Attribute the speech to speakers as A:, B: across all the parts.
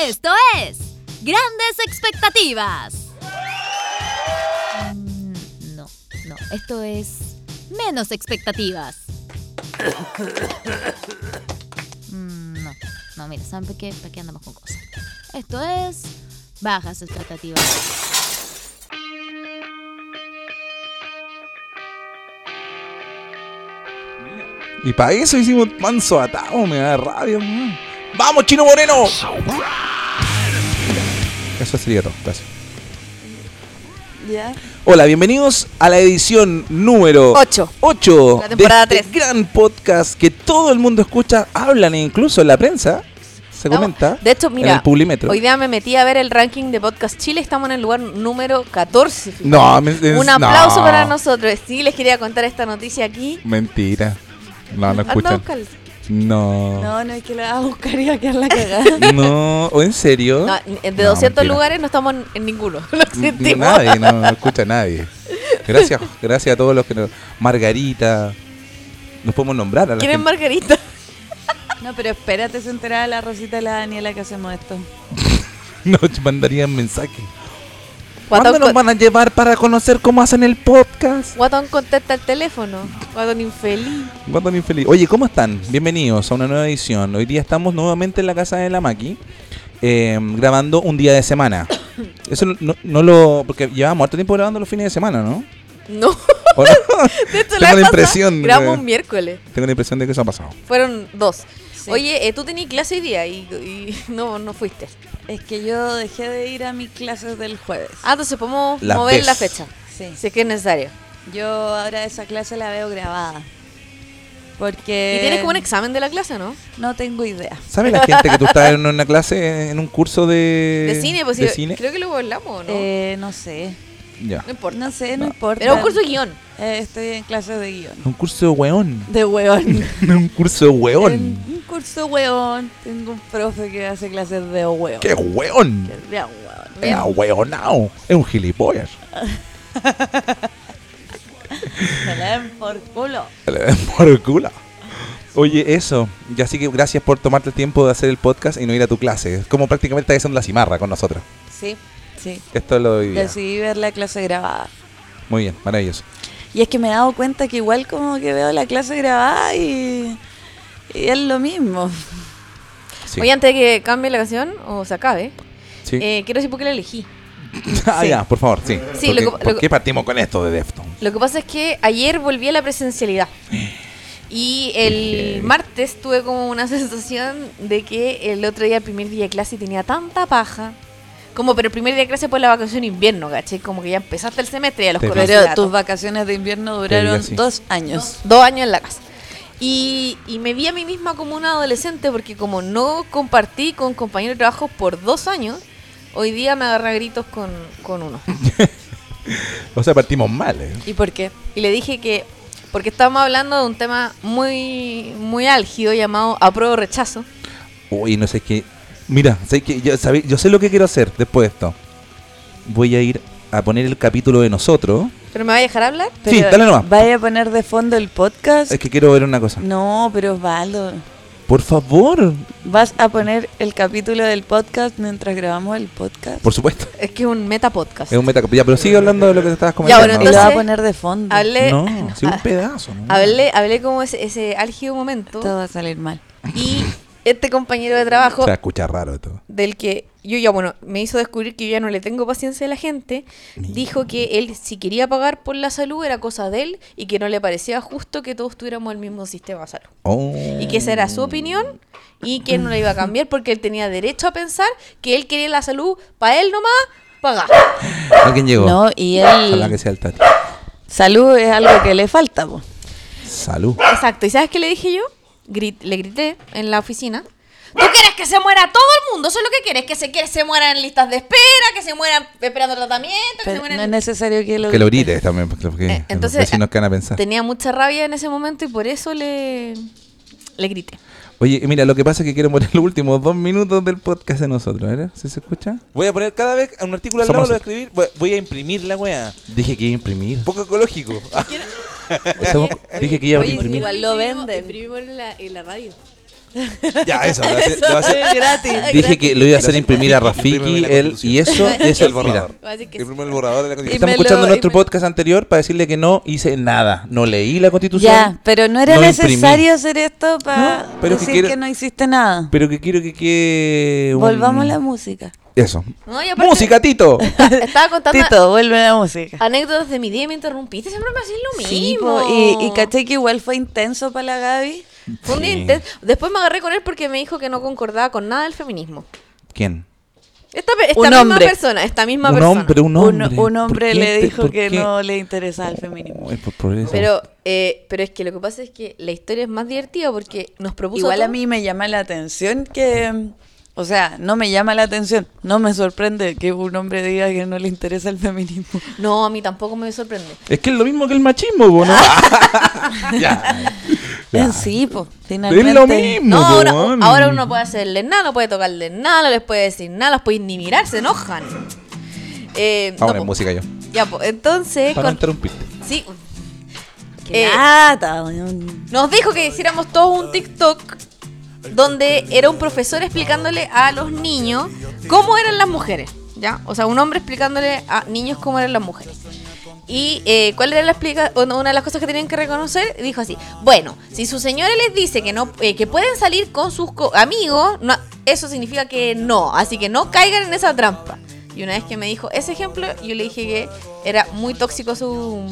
A: Esto es Grandes Expectativas. Mm, No, no, esto es Menos Expectativas. Mm, No, no, mira, ¿saben por qué? ¿Para qué andamos con cosas? Esto es Bajas Expectativas.
B: Y para eso hicimos manso atado, me da rabia, weón. ¡Vamos, Chino Moreno! Eso sería todo, gracias.
C: Ya.
B: Hola, bienvenidos a la edición número
C: Ocho.
B: 8
C: La temporada
B: de este
C: tres.
B: gran podcast que todo el mundo escucha, hablan e incluso en la prensa. Se
C: Estamos-
B: comenta.
C: De hecho, mira,
B: En el Publimetro.
C: hoy día me metí a ver el ranking de Podcast Chile. Estamos en el lugar número 14. fíjate.
B: No, me- es-
C: Un aplauso
B: no.
C: para nosotros. Sí, les quería contar esta noticia aquí.
B: Mentira. No, no
C: Anda a
B: escuchan.
C: buscarla.
B: No.
C: No, no, es que la va a buscar y va a quedar la cagada.
B: No. ¿O en serio?
C: No, de
B: No,
C: 200
B: mentira.
C: lugares no estamos en, en ninguno. Lo
B: N-
C: sentimos.
B: Nadie, no, no escucha a nadie. Gracias, gracias a todos los que nos. Margarita. Nos podemos nombrar a la
C: ¿Quién es
B: gente.
C: Margarita?
D: No, pero espérate, se enteraba la Rosita y la Daniela que hacemos esto.
B: Nos mandarían mensaje. ¿Cuándo
C: Guatón,
B: nos
C: con-
B: van a llevar para conocer cómo hacen el podcast?
C: Guatón contesta el teléfono. Guatón infeliz.
B: Guatón infeliz. Oye, ¿cómo están? Bienvenidos a una nueva edición. Hoy día estamos nuevamente en la casa de la Maki, eh, grabando un día de semana. Eso no, no- no lo. Porque llevábamos harto tiempo grabando los fines de semana, ¿no?
C: No.
B: ¿O no?
C: De hecho,
B: Tengo
C: la
B: la
C: vez
B: impresión, eh.
C: pasada grabamos
B: güey.
C: un miércoles.
B: Tengo la impresión de que eso ha pasado.
C: Fueron dos.
D: Sí.
C: Oye, eh, tú tenías clase hoy día y, y no, no fuiste.
D: Es que yo dejé de ir a mis clases del jueves.
C: Ah, entonces podemos
B: Las
C: mover
B: ves.
C: la fecha.
D: Sí.
C: Si es que es necesario.
D: Yo ahora esa clase la veo grabada. Porque.
C: Y tienes como un examen de la clase, ¿no?
D: No tengo idea.
B: ¿Sabe la gente que tú estás en una clase, en un curso de.
C: de cine, pues
B: eh, de
C: sí,
B: cine?
C: creo que lo hablamos, ¿no?
D: Eh, no sé.
B: Ya.
C: no importa.
D: No sé, no,
B: No.
D: importa.
C: Era un curso de guión.
D: Eh, estoy en clases de guión.
B: Un curso de weón.
D: De hueón.
B: un curso de
D: En
B: weón.
D: un curso hueón. Tengo un profe que hace clases de hueón.
B: ¡Qué weón!
D: De hueón.
B: Es ahueonao. Es un gilipollas.
D: Me la den por culo.
B: Le den por culo. Oye, eso. Y así que gracias por tomarte el tiempo de hacer el podcast y no ir a tu clase. Es como prácticamente estás haciendo la cimarra con nosotros.
D: Sí, sí.
B: Esto es lo de hoy día.
D: Decidí ver la clase grabada.
B: Muy bien, maravilloso.
D: Y es que me he dado cuenta que igual como que veo la clase grabada y, y es lo mismo.
B: Sí.
C: Oye, antes de que cambie la canción o se acabe,
B: Sí.
C: eh, quiero decir por qué la elegí.
B: ah,
C: sí.
B: ya, por favor, sí.
C: Sí,
B: ¿Por,
C: lo
B: qué,
C: que-
B: por
C: lo que-
B: qué partimos con esto de Defton?
C: Lo que pasa es que ayer volví a la presencialidad. Y el martes tuve como una sensación de que el otro día, el primer día de clase, tenía tanta paja. Como, pero el primer día de clase fue la vacación de invierno, ¿cachai? Como que ya empezaste el semestre y a los
B: Te
C: colores.
D: Pero
C: de
D: tus
C: gato.
D: vacaciones de invierno
B: digo
D: duraron
B: así.
D: dos años.
C: Dos años en la casa. Y, y me vi a mí misma como una adolescente porque como no compartí con compañeros de trabajo por dos años, hoy día me agarré a gritos con, con uno.
B: O sea, partimos mal. ¿eh?
D: ¿Y por qué?
C: Y le dije que, porque estábamos hablando de un tema muy, muy álgido llamado apruebo o rechazo.
B: Uy, Oh, no sé qué. Mira, sé que yo, sabí- yo sé lo que quiero hacer después de esto. Voy a ir a poner el capítulo de nosotros.
C: ¿Pero me va a dejar hablar?
B: sí,
D: Pero,
B: dale nomás.
D: ¿Vaya a poner de fondo el podcast?
B: Es que quiero ver una cosa.
D: No, pero Osvaldo,
B: Por favor.
D: ¿vas a poner el capítulo del podcast mientras grabamos el podcast?
B: Por supuesto.
C: Es que es un meta podcast.
B: Es un metacop. Ya, pero sigue hablando de lo que te estabas comentando.
C: bueno,
D: ¿Y
B: ¿no?
D: lo va a
C: entonces-
D: poner de fondo?
C: Hablé,
B: No, sí, un pedazo. ¿no?
C: hablé, hablé como ese, ese álgido momento
D: Todo va a salir mal.
C: y este compañero de trabajo
B: Se va a escuchar raro esto.
C: del que yo ya, bueno, me hizo descubrir que yo ya no le tengo paciencia a la gente, dijo que él si quería pagar por la salud era cosa de él y que no le parecía justo que todos tuviéramos el mismo sistema de salud.
B: Oh.
C: Y que esa era su opinión y que no la iba a cambiar porque él tenía derecho a pensar que él quería la salud para él nomás pagar.
B: Alguien llegó.
D: No, y
B: Ojalá que
D: él...
B: sea el Tati.
D: Salud es algo que le falta, po.
B: Salud.
C: Exacto, ¿y sabes qué le dije yo? Grit- le grité en la oficina. Tú quieres que se muera todo el mundo, eso es lo que quieres, que se, que se mueran en listas de espera, que se mueran esperando tratamiento, que se
D: Pero
C: mueran
D: no es necesario que lo...
B: Que lo grites también, porque
C: Eh,
B: los
C: entonces,
B: vecinos que van a pensar.
C: Tenía mucha rabia en ese momento y por eso le, le grité.
B: Oye, mira, lo que pasa es que quiero poner los últimos dos minutos del podcast de nosotros. A ver si se escucha.
E: Voy a poner cada vez un artículo al lado,
B: Somos
E: lo voy a escribir, voy- voy a imprimir la weá.
B: Dije que iba a imprimir.
E: Poco ecológico.
B: Somos- Dije que iba a imprimir.
D: Igual lo venden.
F: Imprimimos en la, en la radio.
E: Ya, eso. lo
B: Eh,
E: hace- lo hace-
D: Es gratis.
B: Dije que lo iba a hacer
E: Gracias.
B: imprimir a Rafiki
E: Imprímeme la
B: él,
E: constitución.
B: y eso es
E: el
B: el
E: borrador.
B: mira,
C: Voy a decir que
E: El
C: sí.
E: primer borrador de la
D: Y
E: constitución.
B: Estamos
D: me lo-
B: escuchando
D: y
B: nuestro
D: me-
B: podcast anterior para decirle que no hice nada, no leí la constitución.
D: Ya, pero no era
B: no imprimí.
D: necesario hacer esto para
B: No, pero es que
D: decir que,
B: quiero-
D: no hiciste nada.
B: Pero que quiero que quede un-
D: Volvamos a la música.
B: Eso.
C: No, y aparte-
B: Música, Tito.
C: Ah, Estaba contando
D: Tito, vuelve a la música.
C: anécdotas de mi día y me interrumpiste. Siempre me hacías lo
D: Sí,
C: mismo.
D: po, y, y caché que igual fue intenso para la Gaby.
C: Fue un día
B: Sí.
C: intenso. Después me agarré con él porque me dijo que no concordaba con nada del feminismo.
B: ¿Quién?
C: Esta, pe- esta
D: Un
C: misma
D: hombre.
C: persona, esta misma
B: Un
C: persona.
B: hombre, un
D: Un,
B: hombre.
D: un
B: ¿Por
D: hombre
B: qué
D: le
B: te-
D: dijo
B: por
D: que
B: qué?
D: no le interesaba el feminismo.
B: Ay, por- por eso.
C: Pero, eh, pero es que lo que pasa es que la historia es más divertida porque nos propuso.
D: Igual a
C: todo.
D: mí me llama la atención que... O sea, no me llama la atención, no me sorprende que un hombre diga que no le interesa el feminismo.
C: No, a mí tampoco me sorprende.
B: Es que es lo mismo que el machismo, po, ¿no? ya. Ya.
D: Sí, pues, finalmente.
B: Es lo mismo.
C: No,
B: po,
C: ahora,
B: weón.
C: ahora uno puede hacerle nada, no puede tocarle nada, no les puede decir nada, los puede ni mirar, se enojan. Eh, no,
B: Vamos a poner
C: po.
B: música yo.
C: Ya, po, entonces.
B: Para no
C: con-
B: interrumpirte.
C: sí.
D: Qué
C: Eh,
D: lata, weón.
C: nos dijo que hiciéramos todos un TikTok donde era un profesor explicándole a los niños cómo eran las mujeres, ¿ya? O sea, un hombre explicándole a niños cómo eran las mujeres. Y eh, cuál era la explica o no, una de las cosas que tenían que reconocer, dijo así, bueno, si su señora les dice que no eh, que pueden salir con sus co- amigos, no, eso significa que no, así que no caigan en esa trampa. Y una vez que me dijo ese ejemplo, yo le dije que era muy tóxico su,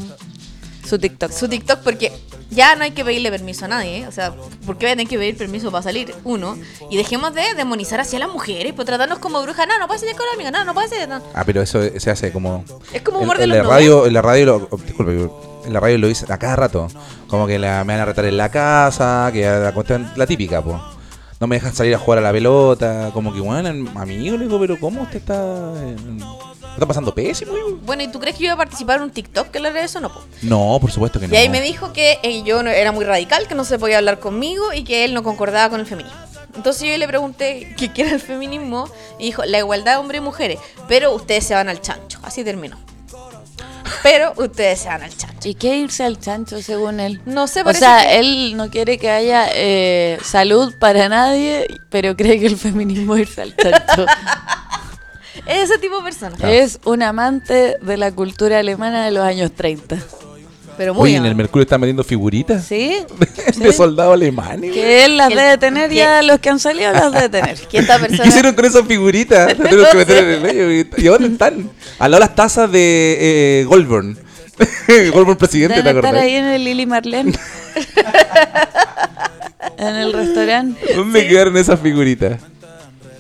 D: Su TikTok.
C: su TikTok porque ya no hay que pedirle permiso a nadie, ¿eh? o sea, ¿por qué voy a tener que pedir permiso para salir? Uno, y dejemos de demonizar hacia las mujeres, por tratarnos como brujas, no, no puede salir con la amiga, no, no puede ser, no.
B: Ah, pero eso se hace como.
C: Es como
B: en-
C: humor
B: en,
C: de los
B: la
C: 90.
B: radio, en la radio, lo, oh, disculpe, yo- en la radio lo dicen a cada rato. Como que la- me van a retar en la casa, que la cuestión, la típica, po. No me dejan salir a jugar a la pelota. Como que, bueno, amigo, le digo, pero ¿cómo usted está. en- ¿lo está pasando pésimo, amigo?
C: Bueno, ¿y tú crees que yo iba a participar en un TikTok que le haré eso? No, po.
B: No, por supuesto que no.
C: Y ahí me dijo que eh, yo no- era muy radical, que no se podía hablar conmigo y que él no concordaba con el feminismo. Entonces yo le pregunté qué qué era el feminismo y dijo, la igualdad de hombres y mujeres, pero ustedes se van al chancho. Así terminó. Pero ustedes se van al chancho.
D: ¿Y qué irse al chancho según él?
C: No sé,
D: O
C: parece
D: sea,
C: que-
D: él no quiere que haya eh, salud para nadie, pero cree que el feminismo es irse al chancho.
C: Es ese tipo de persona.
D: es un amante de la cultura alemana de los años 30.
C: Pero muy
B: Oye, en el Mercurio están vendiendo figuritas
D: ¿Sí?
B: de soldado alemán. ¿eh?
D: Que él las
C: El-
D: debe tener, ya los que han salido las debe tener.
C: que esta
B: ¿Y
C: persona
B: qué hicieron con esas figuritas? Las tuvieron que meter en el medio. ¿Y y dónde están? Al lado de las tazas de eh, Goldburn. Goldburn presidente, ¿te
D: Deben estar
B: acordás?
D: ahí en el Lili Marlene. en el restaurante.
B: ¿Dónde quedaron esas figuritas?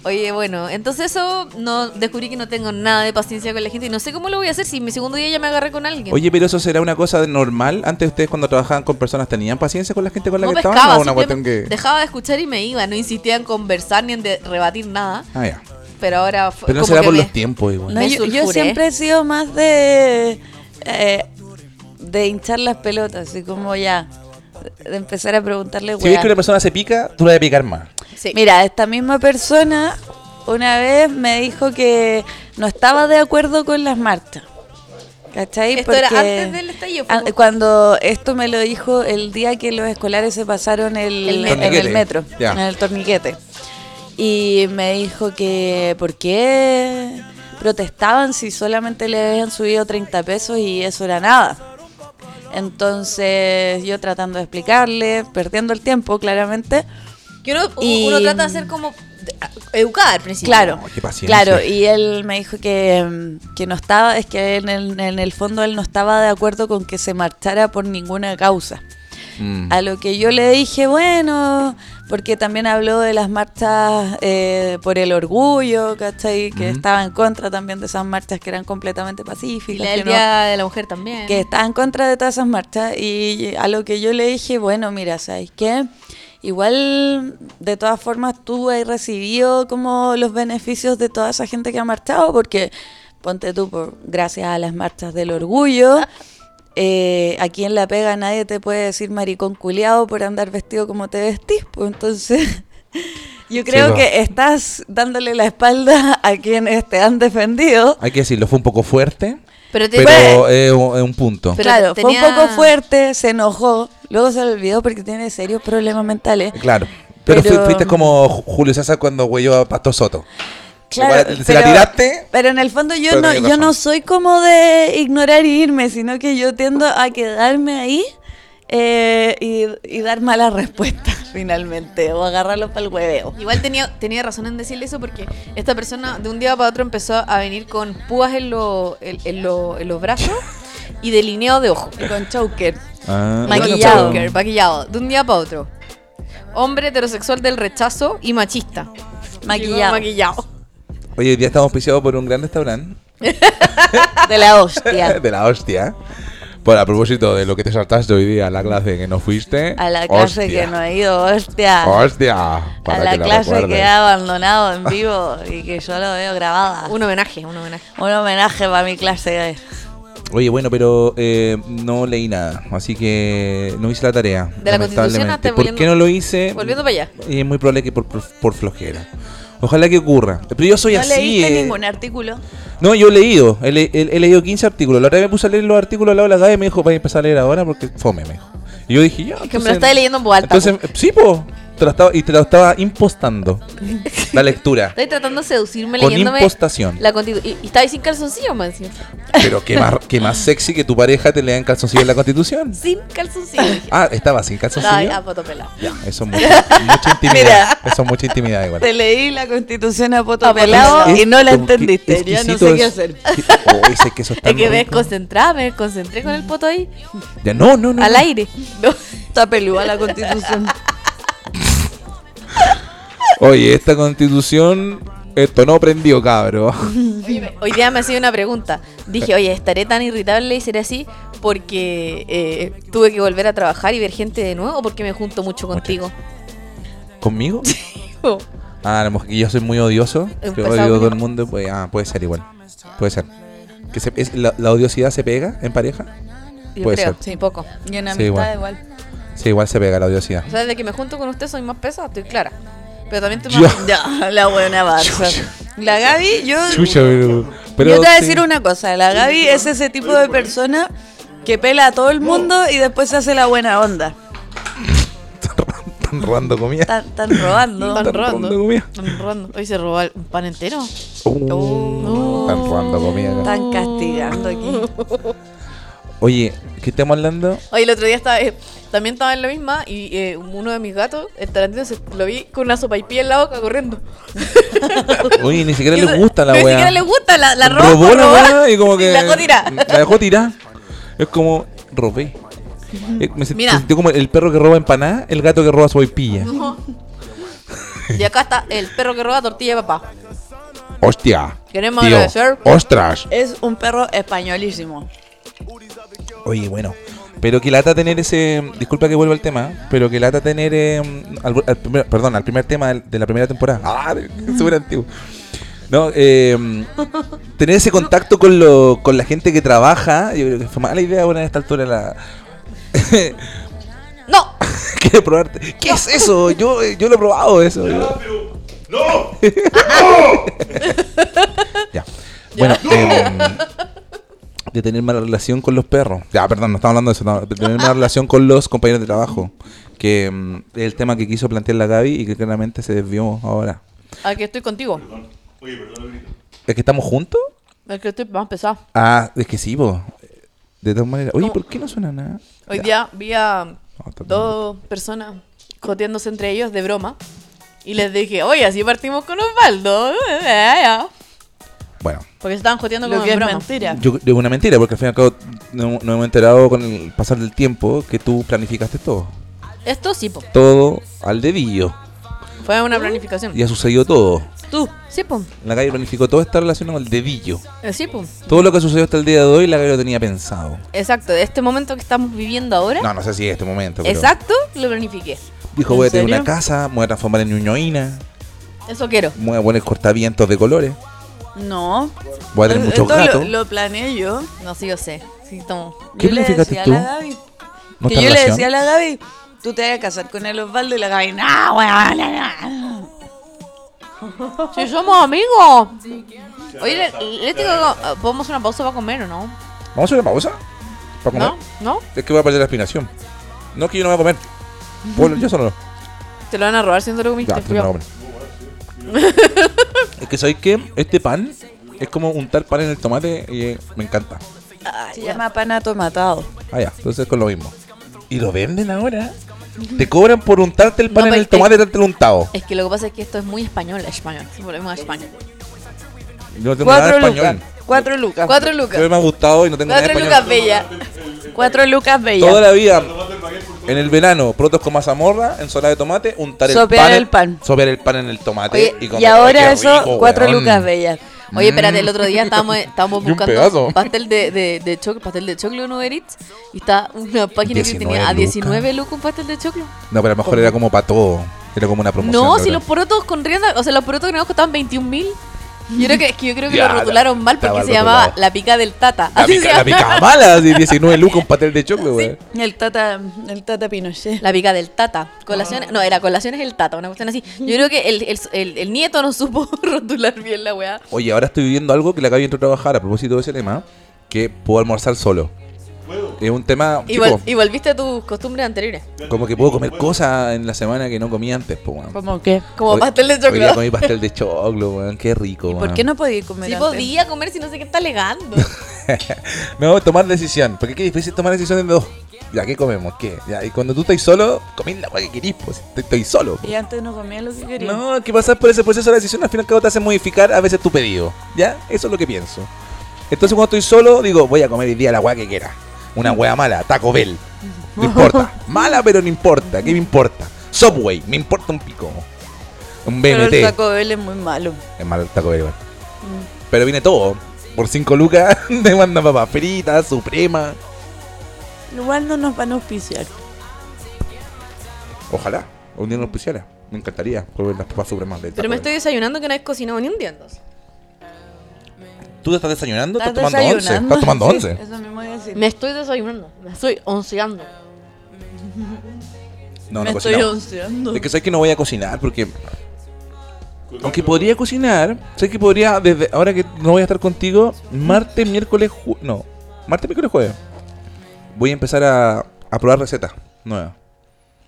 C: Oye, bueno, entonces eso no descubrí que no tengo nada de paciencia con la gente y no sé cómo lo voy a hacer si mi segundo día ya me agarré con alguien.
B: Oye, pero eso será una cosa normal. Antes ustedes cuando trabajaban con personas tenían paciencia con la gente con la
C: no
B: que
C: pescaba,
B: estaban. ¿O una cuestión
C: simplemente
B: que...
C: dejaba de escuchar y me iba, no insistía en conversar ni en de- rebatir nada,
B: Ah, ya.
C: pero ahora fue
B: Pero no
C: como
B: será
C: que
B: por
C: me-
B: los tiempos igual.
D: No,
C: Me
D: yo, yo
C: sulfuré.
D: siempre he sido más de eh, de hinchar las pelotas, así como ya de empezar a preguntarle
B: Si ves
D: weá.
B: que una persona se pica, tú la de picar más.
C: Sí.
D: Mira, esta misma persona una vez me dijo que no estaba de acuerdo con las marchas. ¿Cachai?
C: Esto era
D: Porque
C: antes del estallido,
D: an-
C: fue-
D: Cuando esto me lo dijo el día que los escolares se pasaron el,
C: El metro.
D: en el
B: Torniquete,
D: metro,
B: ya.
D: en el torniquete. Y me dijo que por qué protestaban si solamente le habían subido 30 pesos y eso era nada. Entonces yo tratando de explicarle, perdiendo el tiempo claramente,
C: que uno, u-
D: y-
C: uno trata de ser como de- a- educada al principio.
D: Claro,
B: qué paciencia.
D: claro, y él me dijo que, mm, que no estaba, es que en el, en el fondo él no estaba de acuerdo con que se marchara por ninguna causa.
B: Mm.
D: A lo que yo le dije, bueno, porque también habló de las marchas eh, por el orgullo, ¿cachai? Que estaba en contra también de esas marchas que eran completamente
C: Y
D: pacíficas.
C: la del
D: que no-
C: día de la mujer también.
D: que estaba en contra de todas esas marchas y a lo que yo le dije, bueno, mira, ¿sabes qué? Igual, de todas formas, tú has recibido como los beneficios de toda esa gente que ha marchado, porque ponte tú, por, gracias a las marchas del orgullo, eh, aquí en La Pega nadie te puede decir maricón culiado por andar vestido como te vestís, pues entonces... Yo creo
B: po.
D: que estás dándole la espalda a quienes te han defendido.
B: Hay que decirlo, fue un poco fuerte,
C: pero te-
E: Oh,
B: pero eh,
E: eh,
B: es un, es un punto.
C: Pero
D: claro,
C: tenía-
D: fue un poco fuerte, se enojó, luego se le olvidó porque tiene serios problemas mentales.
B: Claro.
G: Pero, fui-
D: Pero-
G: fuiste como Ju- Julio César cuando güeyó a Pasto Soto.
D: Claro,
G: Igual, ¿Se la tiraste?
D: Pero en el fondo yo
G: Pero
D: no,
G: tenés
D: yo
G: razón.
D: no soy como de ignorar e irme, sino que yo tiendo a quedarme ahí eh, y, y dar malas respuestas finalmente, o agarrarlo para el hueveo.
C: Igual tenía, tenía razón en decirle eso porque esta persona de un día para otro empezó a venir con púas en, lo- en- en lo- en los brazos y delineado de ojo.
D: Y con choker.
G: Ah,
D: Maquillado.
G: bueno,
C: Joker, maquillado, de un día para otro. Hombre heterosexual del rechazo y machista. Llegó
D: Maquillado.
C: maquillado.
G: pero- Oye, hoy día estamos auspiciados por un gran restaurante eh,
D: De la hostia.
G: de la hostia. Por a propósito de lo que te saltaste hoy día, a la clase que no fuiste.
D: A la clase
G: Hostia.
D: que no he ido, hostia.
G: Hostia.
D: A
G: para
D: la
G: que lo
D: clase que
G: recuerdes.
D: ha abandonado en vivo y que yo lo veo grabada. Un,
C: Un homenaje, un homenaje.
D: homenaje para mi clase. eh.
G: Oye, bueno, pero eh, no leí nada, así que no hice la tarea.
C: De la Constitución
G: lamentablemente.
C: hasta
G: ¿Por
C: volviendo-
G: qué no lo hice?
C: volviendo para allá.
G: Y es muy probable que por, por, por flojera. Ojalá que ocurra. Pero yo soy
D: ¿No
G: así.
D: leíste
G: eh.
D: ningún artículo?
G: No, yo he leído. He, le- he- he leído 15 artículos. La otra vez me puse a leer los artículos al lado de la Gaby y me dijo, vais a empezar a leer ahora porque fome, me dijo. Y yo dije,
B: Ah,
G: ya.
C: Que me lo estaba leyendo en voz alta.
G: Entonces, sí, po. Te lo estaba- y te lo estaba impostando la lectura.
C: Estoy tratando de seducirme
G: Con
C: leyéndome.
G: impostación.
C: La constitu- y, y estaba ahí sin calzoncillo, man. sí.
G: Pero qué más, qué más sexy que tu pareja te lea en calzoncillo en la constitución.
C: Sin calzoncillo. dije.
G: Ah, estaba sin calzoncillo.
C: Estaba a poto pelado.
G: Ya, eso es mucha, mucha intimidad. Eso es mucha intimidad igual.
D: Te leí la constitución a poto
C: A poto
D: pelado
G: Ah, Es
D: y Ah, no la
G: como que
D: entendiste. Ya no
G: exquisito
D: sé qué
G: es-
D: hacer.
G: que- oh, ese queso está
C: Es que me
G: rico.
C: desconcentraba, me desconcentré con el poto ahí.
G: Ya, no, no, no.
C: Al
G: no.
C: aire. No.
D: Está peluda la constitución.
G: Oye, esta constitución, esto no prendió, cabro.
C: Oye, me- Hoy día me hacía una pregunta. Dije, oye, estaré tan irritable y seré así porque eh, tuve que volver a trabajar y ver gente de nuevo o porque me junto mucho contigo.
G: ¿Conmigo? Ah, a lo mejor que yo soy muy odioso.
C: Un
G: Que
C: pesado
G: odio a todo
C: culiao.
G: el mundo. Pues, ah, puede ser igual. Puede ser. Que se- es- la, la odiosidad se pega en pareja?
C: Yo
G: Puede
C: creo,
G: ser.
C: un poco.
D: Y en
G: Sí,
D: amistad
G: igual.
D: igual.
G: Sí, igual se pega la odiosidad.
C: O sea, desde que me junto con usted soy más pesada, estoy clara. Pero también te
G: Yo-
D: Ya, la buena barza. La Gaby, yo,
G: pero.
D: yo te voy a decir una cosa. La Gaby es ese tipo de persona que pela a todo el mundo y después se hace la buena onda.
G: Están robando comida.
D: Están, están robando.
C: Están robando.
G: robando comida.
C: Están robando. Hoy se robó el- un pan entero.
G: Uh, Están robando comida. acá.
D: Están castigando aquí.
G: Oye, ¿qué estamos hablando?
C: Oye, el otro día estaba, eh, también estaba en la misma y eh, uno de mis gatos, el Tarantino, se- lo vi con una sopaipilla en la boca corriendo.
G: Oye, ni siquiera
C: Y
G: le
C: eso-
G: gusta la
C: Ni
G: wea.
C: siquiera le gusta, la, la robó.
G: Robó la
C: robó.
G: wea y como que.
C: La dejó tirar.
G: La dejó tirar. Es como, robé. Eh, Me sentí,
C: Mira.
G: sentí como el perro que roba empanada, el gato que roba su pilla.
C: Y acá está el perro que roba tortilla de papá.
G: Hostia.
C: Queremos agradecer-
G: Ostras.
D: Es un perro españolísimo.
G: Oye, bueno. Pero que lata tener ese. Disculpa que vuelva al tema. Pero que lata tener. eh, al- al primer- perdón, al primer tema del- de la primera temporada. Ah, de- es súper antiguo. No, eh, tener ese contacto con, lo, con la gente que trabaja. Yo creo que fue mala idea ahora en esta altura la.
C: ¡No!
G: Quiero probarte. ¿Qué es eso? Yo, yo lo he probado eso. Yo-
H: ¡No!
G: Ya. Bueno, em, de tener mala relación con los perros. Ya, perdón, no estamos hablando de eso. no, de tener mala relación con los compañeros de trabajo. Que em, es el tema que quiso plantear la Gaby y que claramente se desvió ahora.
C: Aquí estoy contigo.
G: ¿Es que estamos juntos?
C: Es que estoy más pesado.
G: Ah, es que sí, vos. De todas maneras. Oye, ¿por qué no suena nada?
C: Hoy día vi a
G: Ah, está bien.
C: dos personas joteándose entre ellos de broma. Y les dije, oye, así partimos con Osvaldo.
G: Bueno,
C: Porque se estaban joteando
D: Lo
C: como
D: que
C: en
D: es
C: broma.
D: mentira.
G: yo creo que es una mentira porque al fin y al cabo no, no hemos enterado con el pasar del tiempo que tú planificaste todo.
C: Esto sí, po.
G: Todo al dedillo.
C: Fue una planificación.
G: Y ha sucedido todo.
D: Tú.
C: Sí, po.
G: La Gaby planificó toda esta relación con el dedillo.
C: Eh, Sí, po.
G: Todo lo que sucedió hasta el día de hoy, la que lo tenía pensado.
C: Exacto. Este momento que estamos viviendo ahora.
G: No, no sé si es este momento. pero
C: exacto, lo planifiqué.
G: Dijo:
D: ¿Eh?
G: Voy a
D: ¿En
G: tener
D: serio?
G: una casa, me voy a transformar en ñoñoína,
C: Eso quiero.
G: me voy a poner cortavientos de colores,
D: No.
G: voy a tener muchos
D: Esto lo,
G: gatos.
D: lo planeé yo.
C: No, sí, yo sé. Sí, tomo.
G: ¿Qué
D: yo le
G: planificaste
D: decía
G: tú?
D: a la Gaby.
G: ¿No
D: que
G: está
D: yo le
G: relación?
D: decía a la Gaby, tú te vas a casar con el Osvaldo y la Gaby, no, weón, no, no".
C: Si somos amigos. Oye, le, le tengo. ah, ¿Podemos hacer una pausa para comer o no?
G: Vamos a hacer una pausa. ¿Para comer?
C: ¿No? ¿No?
G: Es que voy a perder la aspiración. No, que yo no voy a comer. Puedo- yo solo.
C: Te lo van a robar si no te lo comiste.
G: Ya, te lo voy a comer. es que sabéis que este pan es como untar pan en el tomate y eh, me encanta.
D: Se llama panato matado.
G: Ah, ya, entonces con lo mismo. Y lo venden ahora. Te cobran por untarte el pan
C: No,
G: en
C: pero
G: el
C: es que-
G: tomate y darte untado.
C: Es que lo que pasa es que esto es muy español, español. Volvemos a España.
G: Yo no tengo nada de
D: Cuatro
G: español.
D: lucas. Cuatro lucas.
C: Cuatro
G: Ah. Yo
C: lucas.
G: me ha gustado y no tengo nada de
C: Cuatro
G: español.
C: lucas bella.
D: Cuatro lucas bellas.
G: Toda la vida, en el verano, protos con mazamorra, ensalada de tomate, untar
D: Sopear
G: el
D: el
G: pan.
D: pan.
G: Sopear el pan en el tomate.
D: Oye,
G: comer.
D: y ahora
G: Qué
D: eso,
G: rico,
D: cuatro
G: weón.
D: lucas bellas.
C: Oye, espérate, el otro día estábamos, estábamos
G: Y un
C: buscando
G: pedazo.
C: pastel de, de, de choclo, pastel de choclo en Uber Eats, y está una página que
G: 19
C: tenía a
G: lucas.
C: 19 lucas un pastel de choclo.
G: No, pero a lo mejor era como para todo. Era como una promoción.
C: No,
G: la
C: si
G: verdad.
C: los porotos con rienda, o sea, los porotos que nos costaban 21 mil. Yo creo que, es que yo creo que
G: Ya,
C: lo rotularon mal porque
G: estaba
C: se llamaba
G: rotulado.
C: la pica del tata.
G: La
C: Así se
G: pica, la
C: llama.
G: pica mala, así, 19 lucas, un pastel de choclo, güey.
D: Y El tata, el tata Pinochet.
C: La pica del tata. Colaciones, no, era colaciones el tata, una cuestión así. Yo creo que el, el- el- el nieto no supo rotular bien la weá.
G: Oye, ahora estoy viviendo algo que la acabo de entrar a trabajar a propósito de ese tema, que puedo almorzar solo. Es un tema,
C: Y,
G: chico,
C: vol- y volviste a tus costumbres anteriores.
G: como que puedo comer cosas en la semana que no comía antes, po, weón.
D: ¿Cómo qué?
C: Como
G: Hoy-
C: pastel de
G: Hoy día
C: choclo.
G: comí pastel de choclo, weón, qué rico,
D: ¿Por
G: weón.
D: qué no podía comer
C: Si
D: antes?
C: podía comer si no sé qué está legando.
G: No, tomar decisión, porque qué difícil tomar decisiones de dos. Ya, ¿qué comemos? ¿Qué? Ya, y cuando tú estás solo, comís la weá que querís, pues, te- estoy solo. po.
D: Y antes no comía lo que quería.
G: No, que pasas por ese proceso de decisión, al final cabo te hace modificar a veces tu pedido. ¿Ya? Eso es lo que pienso. Entonces cuando estoy solo, digo, voy a comer hoy día la weá que quiera. Una weá mala, Taco Bell. No importa. Mala, pero no importa. ¿Qué me importa? Subway, me importa un pico. Un
D: Pero
G: BMT.
D: el Taco Mm. Bell es muy malo.
G: Es malo el Taco Bell, igual. Pero viene todo. Por 5 lucas te mandan papas fritas, suprema.
D: Igual no nos van a auspiciar.
G: Ojalá. Un día nos pusiera. Me encantaría probar las papas supremas del
C: Pero
G: Taco
C: me
G: Bell.
C: estoy desayunando que no he cocinado ni un día entonces.
G: ¿Tú te estás desayunando? ¿Estás,
D: ¿Estás
G: tomando once?
D: desayunando?
G: ¿Estás tomando
D: Sí,
G: once?
D: Eso mismo iba a decir.
C: Me estoy desayunando. Me estoy onceando.
G: No,
D: Me
G: no
D: estoy
G: cocinamos.
D: onceando.
G: Es que sé que no voy a cocinar porque. Aunque podría cocinar, sé que podría, desde ahora que no voy a estar contigo, martes, miércoles, ju- no, martes, miércoles, jueves. Voy a empezar a, a probar recetas nuevas.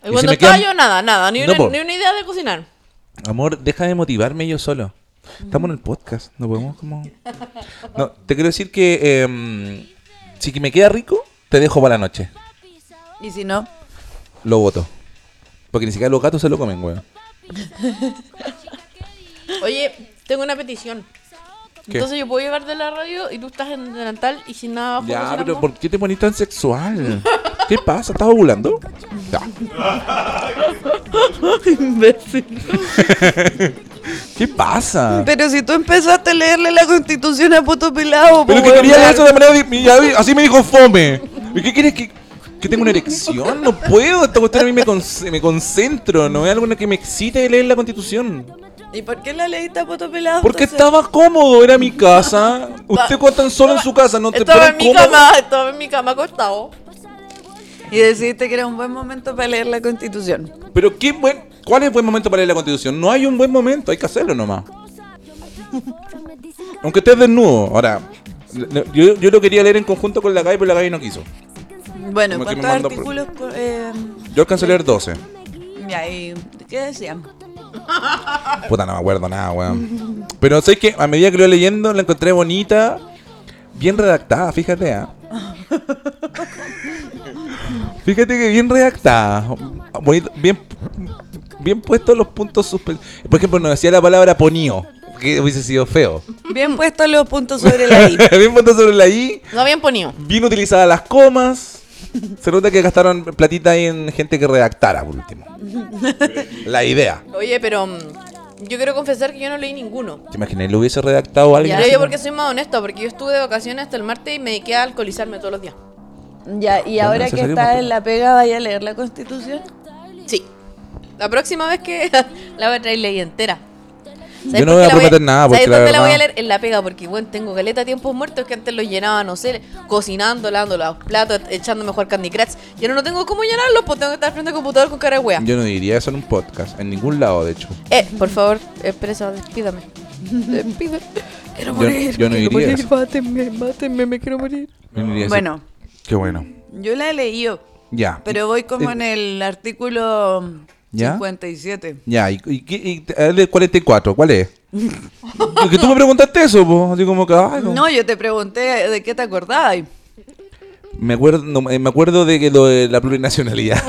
C: Y
G: ¿Y si
C: cuando
G: me
C: estaba
G: quedan-
C: yo nada, nada. Ni,
G: No,
C: una,
G: po.
C: ni una idea de cocinar.
G: Amor, deja de motivarme yo solo. Estamos en el podcast, no podemos como... No, te quiero decir que em, si que me queda rico, te dejo para la noche.
D: Y si no,
G: Lo voto. Porque ni siquiera los gatos se lo comen, weón.
C: Oye, tengo una petición.
G: ¿Qué?
C: Entonces yo puedo llevar de la radio y tú estás en delantal y sin nada abajo
G: Ya,
C: cocinando.
G: pero ¿por qué te pones tan sexual? ¿Qué pasa? ¿Estás ovulando? Ya. ¿Qué pasa?
D: Pero si tú empezaste a leerle la constitución a puto pilado,
G: Pero
D: pues,
G: que
D: weón,
G: quería leer
D: ya.
G: eso de manera... di- ya vi- Así me dijo Fome. ¿Y qué quieres que...? ¿Que tengo una erección? No puedo. Esta cuestión a mí me, conce- me concentro. No es algo en lo que me excite leer la constitución.
D: ¿Y por qué la leíste a puto pilado?
G: Porque
D: entonces?
G: estaba cómodo. Era mi casa. Usted cuando tan solo en su casa. No te
C: Estaba
G: pero
C: en mi
G: cómodo.
C: cama, estaba en mi cama acostado.
D: Y decidiste que era un buen momento para leer la constitución.
G: Pero qué buen... ¿Cuál es el buen momento para leer la constitución? No hay un buen momento. Hay que hacerlo nomás. Aunque estés desnudo, ahora. le- le- Yo, yo lo quería leer en conjunto con la Gaby, pero la Gaby no quiso.
D: Bueno,
G: Como que me
D: ¿cuántos
G: manda
D: artículos? co- Eh,
G: Yo alcancé a leer 12.
D: ya, ¿y qué decían?
G: Puta, no me acuerdo nada, weón. Pero sé que a medida que lo iba leyendo, la encontré bonita, bien redactada, fíjate. ah. fíjate que bien redactada. bonito, bien, bien puestos los puntos suspensivos. Por ejemplo, no decía la palabra ponío, que hubiese sido feo.
D: Bien puestos los puntos sobre la I.
G: bien puesto sobre la I.
C: No habían ponido.
G: Bien utilizadas las comas. Se nota que gastaron platita ahí en gente que redactara, por último. La idea.
C: Oye, pero mm, yo quiero confesar que yo no leí ninguno.
G: ¿Te imaginas? ¿Lo hubiese redactado alguien?
C: Pero
G: así?
C: yo porque soy más honesta, porque yo estuve de vacaciones hasta el martes y me dediqué a alcoholizarme todos los días.
D: Ya, y
G: Bueno,
D: ahora
G: ese
D: que
G: sería un
D: estás
G: montón.
D: en la pega, vaya a leer la constitución.
C: Sí. La próxima vez que la voy a traer leí entera.
G: Yo no voy a prometer nada,
C: porque
G: porque
C: ¿sabes dónde
G: la
C: la voy a
G: verdad-
C: leer? En la pega, porque bueno, tengo caleta de tiempos muertos que antes los llenaba, no sé, cocinando, lavando los platos, echando mejor Candy Crush. Y ahora no tengo cómo llenarlos, pues tengo que estar frente al computador con cara de wea.
G: Yo no diría eso en un podcast, en ningún lado, de hecho.
C: Eh, por favor, expresa, despídame. Despídame. Quiero
G: Yo,
C: morir.
G: yo no
C: quiero
G: diría
C: morir.
G: eso.
C: Mátenme, mátenme, me quiero morir.
G: Yo no diría eso.
D: Bueno,
G: Qué bueno.
D: yo la he leído,
G: Ya.
D: pero voy como en el artículo
G: ¿Ya?
D: 57.
G: Ya, y, y, y- y- el del 44, ¿cuál es? Porque tú me preguntaste eso, po. Así como que, ay, no.
D: No, yo te pregunté de qué te acordabas. y-
G: Me acuerdo, no, eh, me acuerdo de que lo de la plurinacionalidad.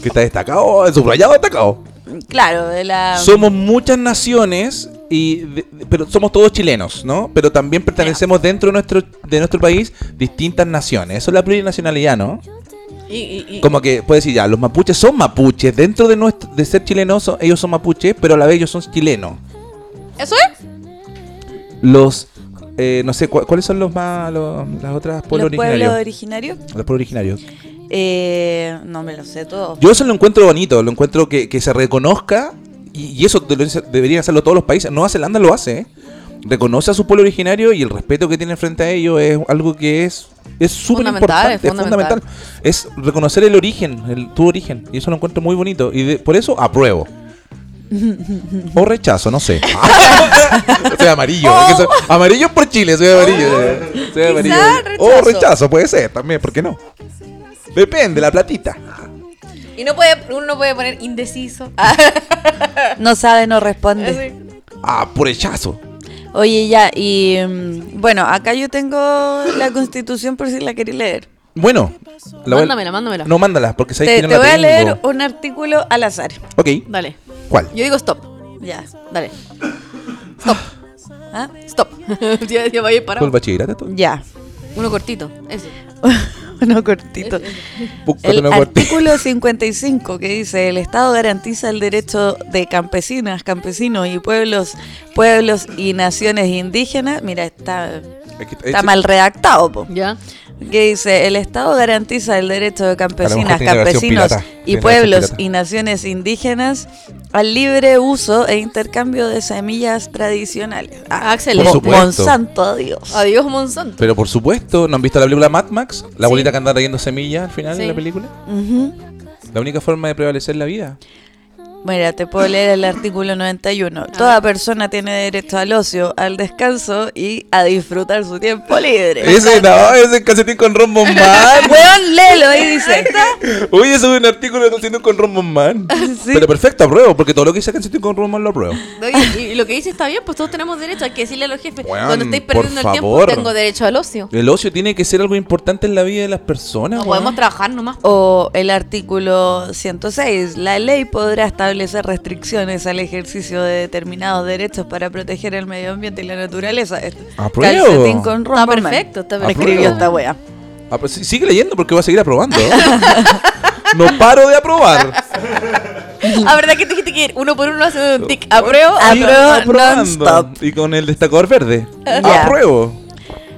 G: que está destacado, el subrayado destacado.
D: Claro, de la.
G: Somos muchas naciones y de- de- pero somos todos chilenos, ¿no? Pero también pertenecemos dentro de nuestro de nuestro país distintas naciones. Eso es la plurinacionalidad, ¿no?
C: Y, y- y-
G: Como que puedes decir ya, los mapuches son mapuches dentro de nuestro, de ser chilenos, son- ellos son mapuches, pero a la vez ellos son chilenos.
C: ¿Eso es?
G: Los eh, no sé ¿cuá- cuáles son los más los- las otras pueblos
D: los pueblos
G: originarios.
D: originarios.
G: Los pueblos originarios.
D: Eh, no me lo sé todo.
G: Yo eso lo encuentro bonito, lo encuentro que, que se reconozca, y, y eso de- deberían hacerlo todos los países. Nueva Zelanda lo hace, ¿eh? reconoce a su pueblo originario y el respeto que tienen frente a ellos es algo que es es súper
C: Fundamental,
G: importante,
C: es
G: es fundamental. Es reconocer el origen, el, tu origen, y eso lo encuentro muy bonito. Y de- por eso apruebo. O rechazo, no sé. soy amarillo. es que soy- amarillo por Chile, soy amarillo. Soy amarillo. O rechazo, puede ser también, ¿por qué no? Depende, la platita.
C: Y no puede, uno no puede poner indeciso. Ah,
D: No sabe, no responde.
G: Ah, por rechazo.
D: Oye, ya, y mm, bueno, acá yo tengo la constitución por si la queréis leer.
G: Bueno, la voy a-
C: Mándamela, mándamela.
G: No, mándala, porque sabes
D: Te,
G: que no
D: te
G: la
D: voy a
G: tengo.
D: leer un artículo al azar.
G: Ok,
C: Dale.
G: ¿cuál?
C: Yo digo stop.
D: Ya.
C: Dale. Stop.
D: ¿Ah?
C: Stop. ya, ya va a ir parado.
G: ¿Todo el bachillerato? tú?
D: Ya.
C: Uno cortito. Eso.
D: Uno cortito.
G: Puta,
D: El
G: no me acordé.
D: artículo 55 que dice, el Estado garantiza el derecho de campesinas, campesinos y pueblos, pueblos y naciones indígenas. Mira, está,
G: Aquí
D: está mal redactado, po.
C: Ya.
D: que dice, el Estado garantiza el derecho de
G: A lo mejor
D: campesinas,
G: tiene la versión
D: campesinos
G: pirata,
D: y
G: tiene la
D: pueblos
G: versión pirata.
D: y naciones indígenas al libre uso e intercambio de semillas tradicionales.
C: Ah, excelente.
G: Por supuesto.
D: Monsanto, adiós.
C: Adiós, Monsanto.
G: este. Pero por supuesto, ¿no han visto la película Mad Max? La
C: Sí.
G: abuelita que anda trayendo semillas al final
C: Sí.
G: de la película.
D: Ujú.
G: La única forma de prevalecer la vida.
D: Mira, te puedo leer el artículo 91. Toda persona tiene derecho al ocio, al descanso y a disfrutar su tiempo libre. Ah,
G: Ese no, ese calcetín con Ron Man.
D: Weón, léelo ahí dice.
G: Oye, eso es un artículo de calcetín con Ron Man.
D: Sí.
G: Pero perfecto, apruebo, porque todo lo que dice calcetín con Ron Man lo apruebo.
C: Y, y lo que dice está bien, pues todos tenemos derecho. Hay que decirle a los jefes,
G: Weón,
C: cuando estáis
G: por
C: perdiendo el tiempo,
G: favor.
C: tengo derecho al ocio.
G: El ocio tiene que ser algo importante en la vida de las personas.
C: No
G: weón.
C: podemos trabajar nomás.
D: O el artículo 106. La ley podrá establecer restricciones al ejercicio de determinados derechos para proteger el medio ambiente y la naturaleza.
G: Apruebo.
D: Calcetín con
C: Está
D: Romperman.
C: Ah, perfecto, está
G: Apruebo.
D: Escribió esta wea.
G: Ah, pues sí- sigue leyendo porque voy a seguir aprobando. no paro de aprobar.
C: Ah, ¿verdad que te dijiste que uno por uno hace un tic? ¿Apruebo?
G: Sigo
D: Apruebo non-stop.
G: Y con el destacador verde.
D: Ya.
G: Apruebo.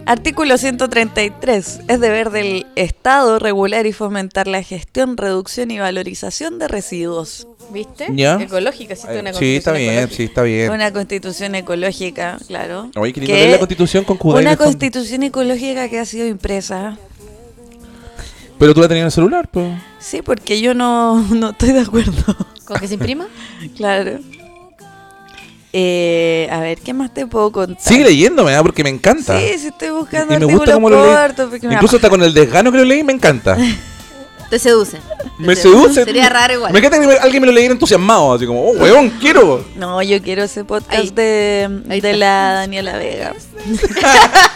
D: Artículo 133. Es deber del Estado regular y fomentar la gestión, reducción y valorización de residuos.
C: ¿Viste?
G: Ya. Eh,
C: Ecológica, sí, una
G: Sí, está
C: constitución
G: bien,
C: ecológica.
G: sí, está bien.
D: Una constitución ecológica, claro.
G: Oye, qué lindo
D: que-
G: leer la constitución con Kudai de
D: Una
G: fondo.
D: constitución ecológica que ha sido impresa.
G: Pero tú la tenías en el celular, pues.
D: Sí, porque yo no, no estoy de acuerdo.
C: ¿Con que se imprima?
D: claro. Eh, a ver, ¿qué más te puedo contar?
G: Sigue leyéndome, ¿verdad? Porque me encanta.
D: Sí, sí, estoy buscando
G: Y me
D: artículos
G: gusta cómo lo leí.
D: cortos, porque me da
G: Incluso hasta con el desgano que lo leí, me encanta.
C: Te seduce.
G: me seduce.
C: Sería raro igual.
G: Me encanta que me- alguien me lo leyera entusiasmado, así como, oh, weón, quiero.
D: No, yo quiero ese podcast
C: Ahí.
D: de,
C: Ahí
D: de
C: está.
D: la Daniela Vega.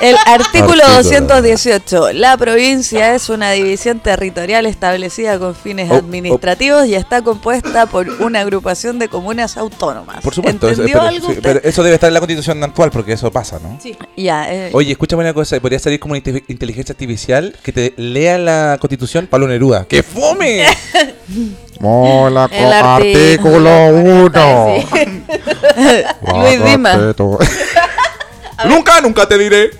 D: El artículo
G: Artículo.
D: 218. La provincia es una división territorial establecida con fines
G: Oh, oh.
D: administrativos y está compuesta por una agrupación de comunas autónomas.
G: Por supuesto. eso-
D: ¿Entendió
G: pero-
D: algo
G: sí,
D: usted?
G: pero eso debe estar en la constitución actual, porque eso pasa, ¿no?
C: Sí.
D: Ya, eh,
G: Oye, escúchame una cosa, podría salir como una inte- inteligencia artificial que te lea la constitución Pablo Neruda. ¡Qué fome!
I: Mola,
C: El
I: artículo 1.
C: Sí.
D: Luis Dimas.
G: nunca, nunca te diré.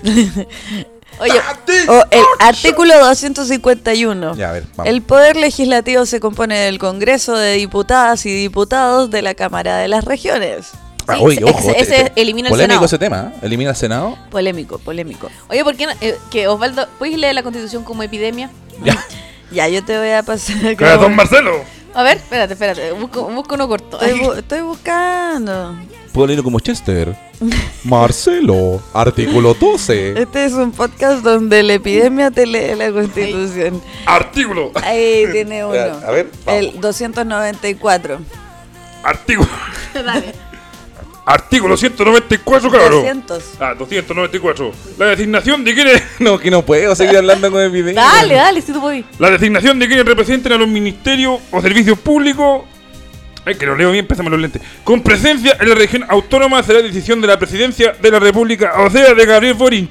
C: Oye,
D: O el artículo 251.
G: Ya, a ver, vamos.
D: El poder legislativo se compone del Congreso de Diputadas y Diputados de la Cámara de las Regiones.
G: Ah,
C: Sí,
G: oye,
C: ese-
G: ojo. este,
C: ese elimina el
G: polémico
C: Senado.
G: ese tema, ¿eh? Elimina el Senado.
D: Polémico, polémico.
C: oye, ¿por qué no- eh, que Osvaldo, ¿puedes leer la constitución como epidemia?
G: Ya.
D: Ya, yo te voy a pasar.
I: ¿Qué
D: como-
I: Marcelo?
C: A ver, espérate, espérate. Busco, busco uno corto.
D: Estoy, bu- estoy buscando.
B: Puedo leerlo como Chester. Marcelo, artículo 12.
D: Este es un podcast donde la epidemia te lee la constitución.
B: Artículo.
D: Ahí tiene uno.
B: A ver, vamos.
D: El 294.
B: Artículo. Artículo 194, claro.
D: 200.
B: Ah, 294. La designación de quienes. No, que no puedo seguir hablando con el video.
C: Dale, dale, si tú podís.
B: La designación de quienes representen a los ministerios o servicios públicos. Ay, que lo leo bien, pésame los lentes. Con presencia en la región autónoma será decisión de la presidencia de la República, o sea, de Gabriel Boric.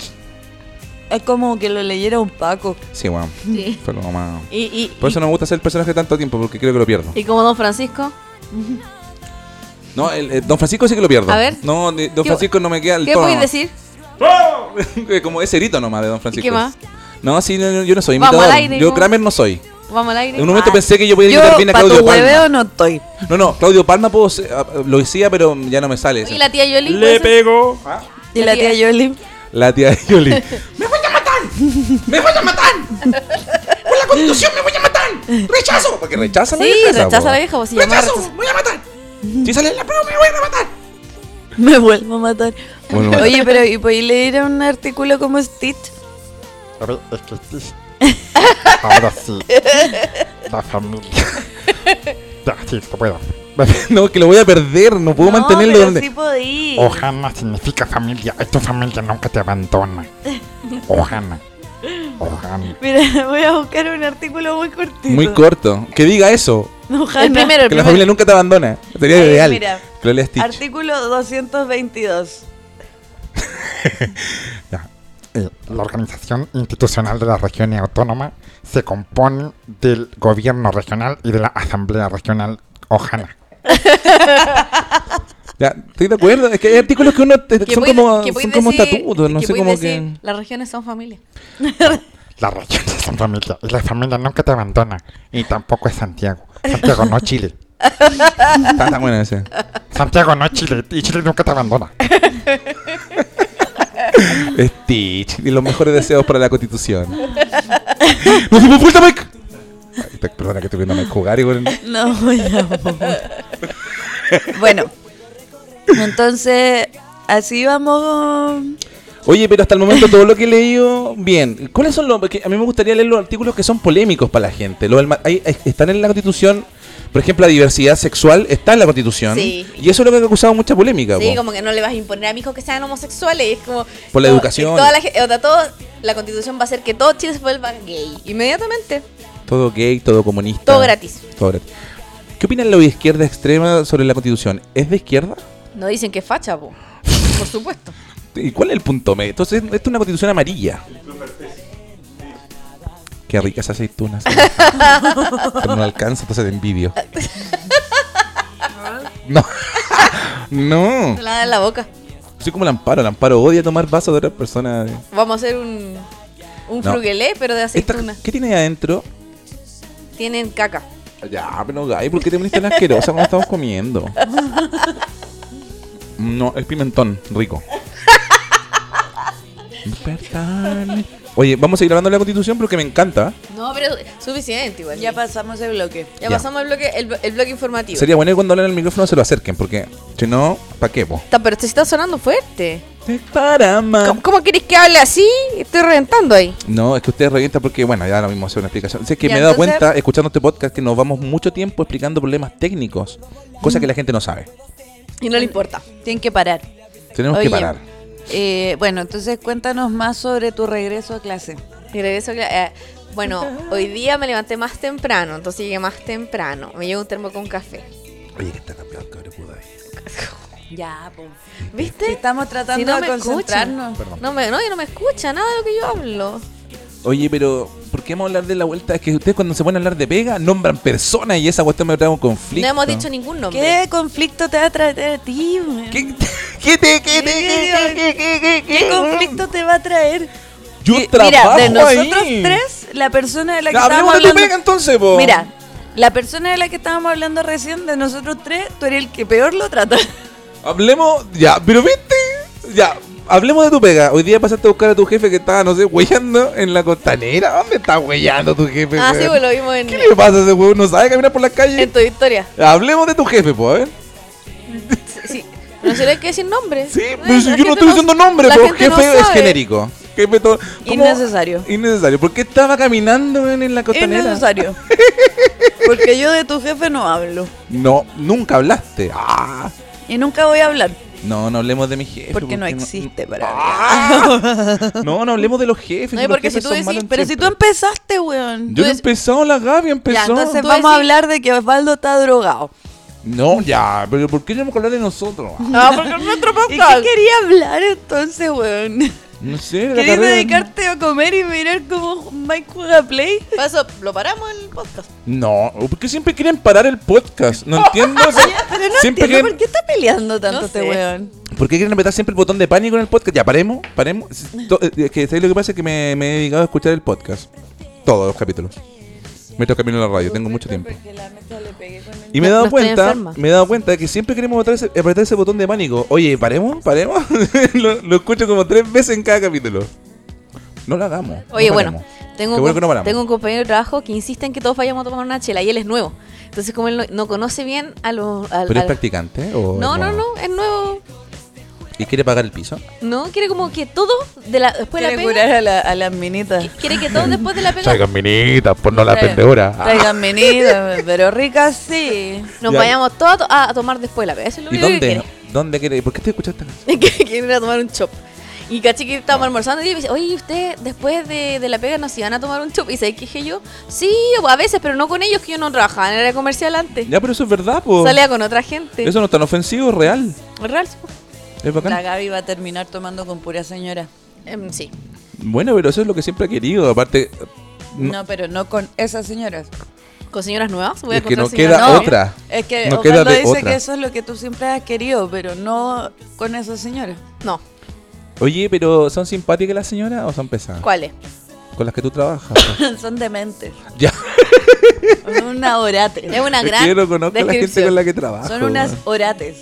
D: Es como que lo leyera un Paco.
B: Sí, weón.
C: Sí.
B: Fue como más-
C: Y, y,
B: Por eso no me gusta ser el personaje tanto tiempo, porque creo que lo pierdo.
C: y, y como don Francisco.
B: No, el, eh, don Francisco sí que lo pierdo.
C: A ver.
B: No, de- don
C: ¿Qué-
B: Francisco no me queda el
C: ¿Qué
B: tono
C: podéis
B: nomás.
C: decir?
B: Como ese grito nomás de don Francisco.
C: qué más?
B: No, sí, no, no, yo no soy
C: Vamos al
B: imitador.
C: aire,
B: yo
C: ¿no? Ah,
B: Kramer no soy.
C: Vamos al aire.
B: En un momento pensé que yo podía
D: Yo,
B: imitar bien a
D: para
B: Claudio
D: tu
B: Palma.
D: hueveo no estoy.
B: No, no, Claudio Palma puedo ser- ah, lo decía, pero ya no me sale.
C: ¿Y la tía Yoli?
B: Le
C: puede ser?
B: pegó.
D: Y la tía Yoli.
B: La tía Yoli. ¡Rechazo! Porque rechaza la
C: Sí,
B: vieja esa,
C: rechaza
B: po.
C: la vieja, pues si llama rechazo.
B: Si sale la prueba, me voy a matar.
D: Me vuelvo a matar.
B: Vuelvo a matar.
D: Oye, pero ¿y podéis leer un artículo como Stitch?
E: Ahora es que sí. Ahora sí. La familia. Ya, sí, lo puedo.
B: No, que lo voy a perder. No puedo
D: No,
B: mantenerlo
D: pero
B: donde.
D: sí podí.
E: Ohana significa familia. Y tu familia nunca te abandona. Ohana. Ohana.
D: Mira, voy a buscar un artículo muy cortito.
B: Muy corto. Que diga eso.
D: Ojalá.
C: El primero, el
B: Que la
C: primero.
B: familia nunca te abandona. Sería
D: Ahí,
B: ideal.
D: mira.
B: Que lo lea Stitch.
D: Artículo 222.
E: Ya. Eh, La organización institucional de la región y autónoma se compone del gobierno regional y de la asamblea regional Ohana.
B: Ya, estoy de acuerdo. Es que hay artículos que uno te-
C: Que
B: son
C: puede-
B: como,
C: que puede
B: son como
C: decir-
B: estatutos. No
C: que
B: sé
C: puede
B: cómo
C: decir,
B: que.
C: Las regiones son familia.
E: La región es en familia y la familia nunca te abandona. Y tampoco es Santiago. Santiago no Chile.
B: Está tan buena ese.
E: Santiago no Chile. Y Chile nunca te abandona.
B: Stitch. Y los mejores deseos para la constitución. ¡Nos dimos vuelta, Mike! Ay, te- Perdona que estoy viendo a Mike jugar y bueno,
D: No, ya. bueno. Entonces, así vamos.
B: Oye, pero hasta el momento todo lo que he leído, bien. ¿Cuáles son los.? Porque a mí me gustaría leer los artículos que son polémicos para la gente. Lo del ma- hay- hay- están en la constitución. Por ejemplo, la diversidad sexual está en la constitución.
C: Sí.
B: Y eso es lo que ha causado mucha polémica.
C: Sí,
B: po.
C: como que no le vas a imponer a mi hijo que sean homosexuales. Es como.
B: Por la
C: como-
B: educación.
C: Toda la, gen- o sea, todo- la constitución va a hacer que todo Chile se vuelva gay. Inmediatamente.
B: Todo gay, todo comunista.
C: Todo gratis.
B: Todo gratis. ¿Qué opinan los de izquierda extrema sobre la constitución? ¿Es de izquierda?
C: No dicen que es facha, po. Por supuesto.
B: ¿Y cuál es el punto medio? Entonces, esto es una constitución amarilla. Qué ricas aceitunas. Pero no alcanza, entonces te envidio. No. No.
C: Te la dan en la boca.
B: Soy como el amparo. El amparo odia tomar vasos de otras personas.
C: Vamos a hacer un. Un
B: No.
C: fruguelé, pero de
B: Esta-
C: aceituna.
B: ¿Qué tiene ahí adentro?
C: Tienen caca.
B: Ya, pero Gay, ¿por qué te pones tan asquerosa cuando estamos comiendo? No, es pimentón, rico. Despertar. Oye, vamos a seguir hablando de la constitución porque me encanta.
C: No, pero suficiente igual.
D: Ya
C: Ya,
D: pasamos el bloque.
B: ya.
C: pasamos el bloque, el, el bloque informativo.
B: Sería bueno que cuando hablen el micrófono se lo acerquen, porque si no, ¿pa' qué, po?
C: Ta- Pero te está sonando fuerte.
B: Para,
C: ¿Cómo, cómo querés que hable así? Estoy reventando ahí.
B: No, es que ustedes revientan porque, bueno, ya lo mismo hacer una explicación. Es que
C: Ya,
B: me he dado
C: entonces-
B: cuenta, escuchando este podcast, que nos vamos mucho tiempo explicando problemas técnicos, cosas que la gente no sabe.
C: Y no le importa.
D: Tienen que parar.
B: Tenemos
D: Oye,
B: que parar.
D: eh, bueno, entonces cuéntanos más sobre tu regreso a clase.
C: Y regreso a cla- eh, bueno, hoy día me levanté más temprano, entonces llegué más temprano. Me llevo un termo con café.
B: Oye, que está cambiado el cabrón, puta.
D: Ya, pues.
C: ¿Viste?
D: Estamos tratando
C: Si no
D: de
C: me
D: concentrarnos.
C: escucha. No, me, no, y no me escucha nada de lo que yo hablo.
B: Oye, pero ¿por qué vamos a hablar de la vuelta? Es que ustedes cuando se ponen a hablar de pega, nombran personas y esa cuestión me trae un conflicto.
C: No hemos dicho ningún nombre.
D: ¿Qué conflicto te va a traer a ti? man?
B: ¿Qué, qué te, qué te, qué te-
D: ¿Qué conflicto te va a traer?
B: Yo
D: Eh,
B: trabajo
D: Mira, de nosotros
B: ahí.
D: tres, la persona de la que
B: Ya, Hablemos
D: estábamos
B: de tu
D: hablando...
B: pega entonces, po.
D: Mira, la persona de la que estábamos hablando recién, de nosotros tres, tú eres el que peor lo trata.
B: Hablemos, ya, pero viste, ya, hablemos de tu pega. Hoy día pasaste a buscar a tu jefe que estaba, no sé, huellando en la costanera. ¿Dónde está huellando tu jefe?
C: Ah, sí,
B: weón?
C: pues lo vimos en,
B: ¿Qué le pasa a ese huevón? ¿No sabe caminar por las calles?
C: en tu historia.
B: Hablemos de tu jefe, pues, a ver.
C: Sí. No se le hay que decir nombre.
B: Sí,
C: Eh,
B: pero
C: la
B: si yo
C: gente
B: no estoy diciendo nombre,
C: la
B: pero
C: gente
B: jefe
C: no
B: es
C: sabe.
B: genérico. Jefe todo. ¿cómo?
D: Innecesario.
B: Innecesario. ¿Por qué estaba caminando weón, en la
D: Es
B: costanera?
D: necesario. Porque yo de tu jefe no hablo.
B: No, nunca hablaste. Ah.
D: Y nunca voy a hablar.
B: No, no Ah, hablemos de mi jefe.
D: Porque no existe para mí.
B: No, no hablemos de los jefes.
C: No,
B: si los
C: porque si
B: jefes
C: tú
B: son
C: decís,
B: malos
D: Pero si tú
B: siempre.
D: empezaste, weón.
B: Yo no he empezado, la Gaby empezó.
D: Ya, entonces
C: Tú
D: vamos a
C: decís-
D: hablar de que Osvaldo está drogado.
B: No, ya, pero ¿por qué tenemos que hablar de nosotros?
C: No, porque es nuestro
D: ¿Y
C: podcast.
D: qué quería hablar entonces, weón?
B: No sé, la
D: ¿Querías
B: carrera-
D: dedicarte a comer y mirar cómo Mike juega Play?
C: Paso, lo paramos el podcast.
B: No, ¿por qué siempre quieren parar el podcast? No entiendo. o sea,
D: Pero no
B: siempre
D: entiendo
B: quieren-
D: por qué está peleando tanto
C: No
D: este
C: sé.
D: weón.
B: ¿Por qué quieren apretar siempre el botón de pánico en el podcast? Ya, paremos, paremos. Es to- eh, es que ¿sabes lo que pasa es que me, me he dedicado a escuchar el podcast. Todos los capítulos. Me toca camino a la radio, tengo mucho tiempo. Y me he
C: No,
B: dado
C: no estoy
B: cuenta,
C: enferma.
B: me he dado cuenta de que siempre queremos apretar ese, apretar ese botón de pánico. Oye, paremos, paremos. lo, lo escucho como tres veces en cada capítulo. No lo hagamos. no
C: Oye, bueno,
B: paremos.
C: tengo
B: Qué
C: un,
B: bueno que no
C: com-
B: paramos.
C: tengo un compañero de trabajo que insiste en que todos vayamos a tomar una chela y él es nuevo. Entonces, como él no, no conoce bien a los. al-
B: ¿Pero es
C: al-
B: practicante? O
C: no,
B: es
C: no,
B: nuevo?
C: no, es nuevo.
B: ¿Y quiere pagar el piso?
C: No, quiere como que todo de la, después de la
D: Quiere
C: pega.
D: curar a, la- a las minitas.
C: Quiere que todo después de la pega
E: Traigan minitas, por no la
D: Traigan-
E: pendedora.
B: Ah.
D: Traigan minitas, pero ricas sí.
C: nos
B: Ya.
C: vayamos todos a to- a, a tomar después de la pega. Eso es lo
B: ¿Y
C: único que
B: dónde?
C: quiere.
B: ¿Dónde quiere? ¿Por qué te escuchaste esta canción?
C: que quieren ir a tomar un chop. Y caché que estábamos almorzando y me dice, oye, ¿y usted después de, de la pega nos iban a tomar un chop? Y se que dije yo, sí, a veces, pero no con ellos, que yo no trabajaba en el área comercial antes.
B: Ya, pero eso es verdad, po.
C: Salía con otra gente.
B: Eso no es tan ofensivo, es real.
C: Real,
B: Es bacán.
D: La Gaby va a terminar tomando con pura señora.
C: Em, sí.
B: Bueno, pero eso es lo que siempre he querido. Aparte, No.
D: No, pero no con esas señoras.
C: Con señoras nuevas, voy a
B: es que no
C: encontrar señoras
B: queda
D: no.
C: nuevas.
B: otra.
D: Es que
B: No queda
D: Osvaldo
B: de
D: dice
B: otra.
D: que eso es lo que tú siempre has querido, pero no con esas señoras.
C: No,
B: Oye, pero ¿son simpáticas las señoras o son pesadas?
C: ¿cuáles?
B: Con las que tú trabajas.
D: Son dementes.
B: ya.
D: Son una orate.
C: Es una
B: Es que
C: gran
B: yo no conozco a la gente
C: descripción.
B: con la que trabajo.
D: Son unas
B: weón.
D: orates.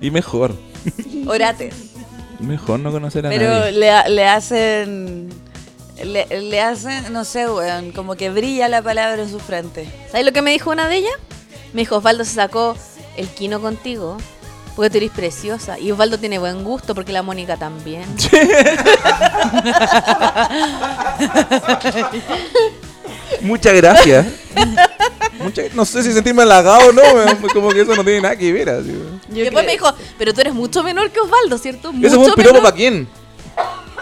B: Y mejor.
D: Orates.
B: Mejor no conocer a
D: Pero
B: nadie.
D: le, le hacen. Le, le hacen, no sé, weón, como que brilla la palabra en su frente.
C: ¿Sabes lo que me dijo una de ellas? Me dijo, Osvaldo se sacó el quino contigo porque tú eres preciosa. Y Osvaldo tiene buen gusto porque la Mónica también.
B: Muchas gracias. Mucha- No sé si sentirme halagado o no, weón, como que eso no tiene nada que ver. así, weón.
C: Y después me dijo, pero tú eres mucho menor que Osvaldo, ¿cierto? Mucho
B: ¿Eso fue un piropo
C: menor
B: para quién?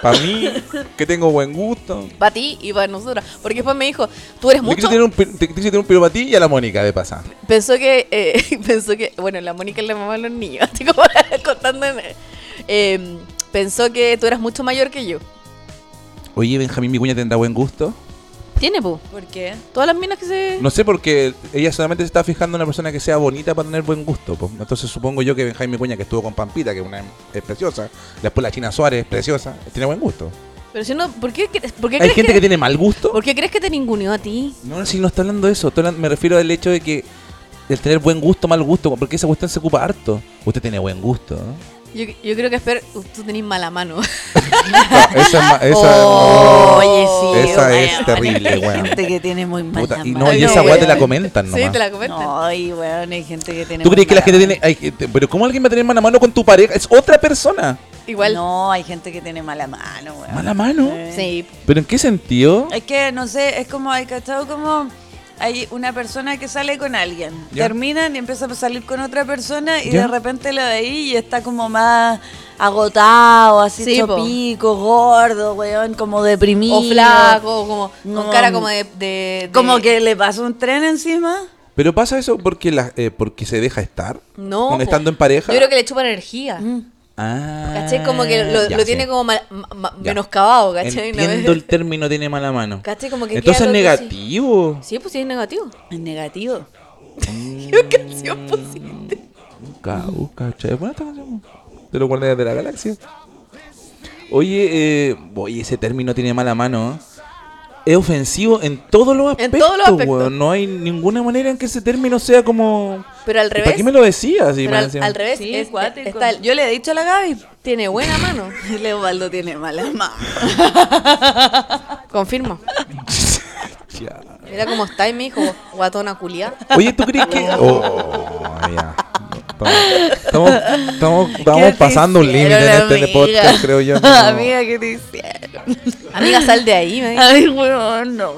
B: Para mí, que tengo buen gusto.
C: para ti y para nosotras. Porque después me dijo, tú eres
B: Te quise
C: mucho...
B: tener un, pir- te quise tener un piropo a ti y a la Mónica, de pasar.
C: Pensó que, eh, pensó que, bueno, la Mónica es la mamá de los niños, así como contando... en- eh, pensó que tú eras mucho mayor que yo.
B: Oye, Benjamín Vicuña tendrá buen gusto.
C: Tiene, pu.
D: ¿Por qué?
C: Todas las minas que se...
B: No sé, porque ella solamente se está fijando en una persona que sea bonita para tener buen gusto. po. Entonces supongo yo que Benjamín Vicuña, que estuvo con Pampita, que una em, es preciosa, después la China Suárez, es preciosa, tiene buen gusto.
C: Pero si no, ¿por qué, cre- por qué
B: Hay
C: crees
B: gente que... tiene mal gusto.
C: ¿Por qué crees que te ninguneó a ti?
B: No, si no está hablando de eso, estoy hablando- me refiero al hecho de que el tener buen gusto, mal gusto, porque esa cuestión se ocupa harto. Usted tiene buen gusto, ¿no?
C: Yo, yo creo que espero, tú tenés mala mano.
B: No, esa es ma- esa-
C: Oh,
D: Oye, sí.
B: Esa
D: weón.
B: es terrible,
D: Hay
B: weón.
D: gente que tiene muy mala
B: Puta, y no,
D: mano.
B: y
C: No,
B: esa weá te
C: weón.
B: la comentan Ah, nomás.
C: sí, te la comento.
D: No, y weón, hay gente que tiene
B: ¿Tú
D: muy
B: crees que la
D: mala
B: gente
D: mano.
B: tiene... hay gente- pero ¿cómo alguien va a tener mala mano con tu pareja? Es otra persona.
C: Igual.
D: No, hay gente que tiene mala mano, weón.
B: Mala mano.
C: Sí.
B: ¿Pero en qué sentido?
D: Es que, no sé, es como, hay cachado como... Hay una persona que sale con alguien,
B: Ya.
D: terminan y empiezan a salir con otra persona y
B: Ya.
D: de repente lo veí y está como más agotado, así
C: Sí, po.
D: chopico, gordo, weón, como deprimido.
C: O flaco, o como,
D: No.
C: con cara como de... de- de-
D: Como que le pasó un tren encima.
B: Pero pasa eso porque la, eh, porque se deja estar.
C: No.
B: Con
C: po.
B: estando en pareja.
C: Yo creo que le chupan energía.
D: Mm.
B: Ah,
C: ¿Cachai? Como que lo,
B: ya,
C: lo
B: sí.
C: tiene como mal- ma- ma-
B: Ya.
C: menoscabado, ¿cachai? Una
B: Entiendo
C: vez-
B: el término tiene mala mano.
C: ¿Cachai? Como que
B: Entonces es
C: queda algo que
B: negativo.
C: Sí, pues sí, es negativo.
D: Es negativo.
C: Yo canción posible.
B: Cau, ¿cachai? Es buena esta canción. De los guardias de la galaxia. Oye, eh, oye, ese término tiene mala mano. ¿eh? es ofensivo en todos los
C: En
B: aspectos,
C: todos los aspectos.
B: weón. No hay ninguna manera en que ese término sea como...
C: Pero al
B: ¿Y ¿Para
C: revés.
B: qué me lo decías? Y
C: pero
B: más
C: al,
B: encima-
C: al revés,
D: Sí,
C: es,
D: cuático.
C: está el-
D: Yo le he dicho a la Gaby.
C: tiene buena mano.
D: Leopoldo tiene mala mano.
C: Confirmo.
B: Ya.
C: Mira cómo está y me dijo, guatona culia.
B: Oye, ¿tú crees que...? Oh, ya. Estamos, estamos- estamos- estamos pasando un límite en este podcast, creo yo. no.
D: Amiga, ¿qué te hicieron?
C: Amiga, sal de ahí, me dijo.
D: Ay, weón, no.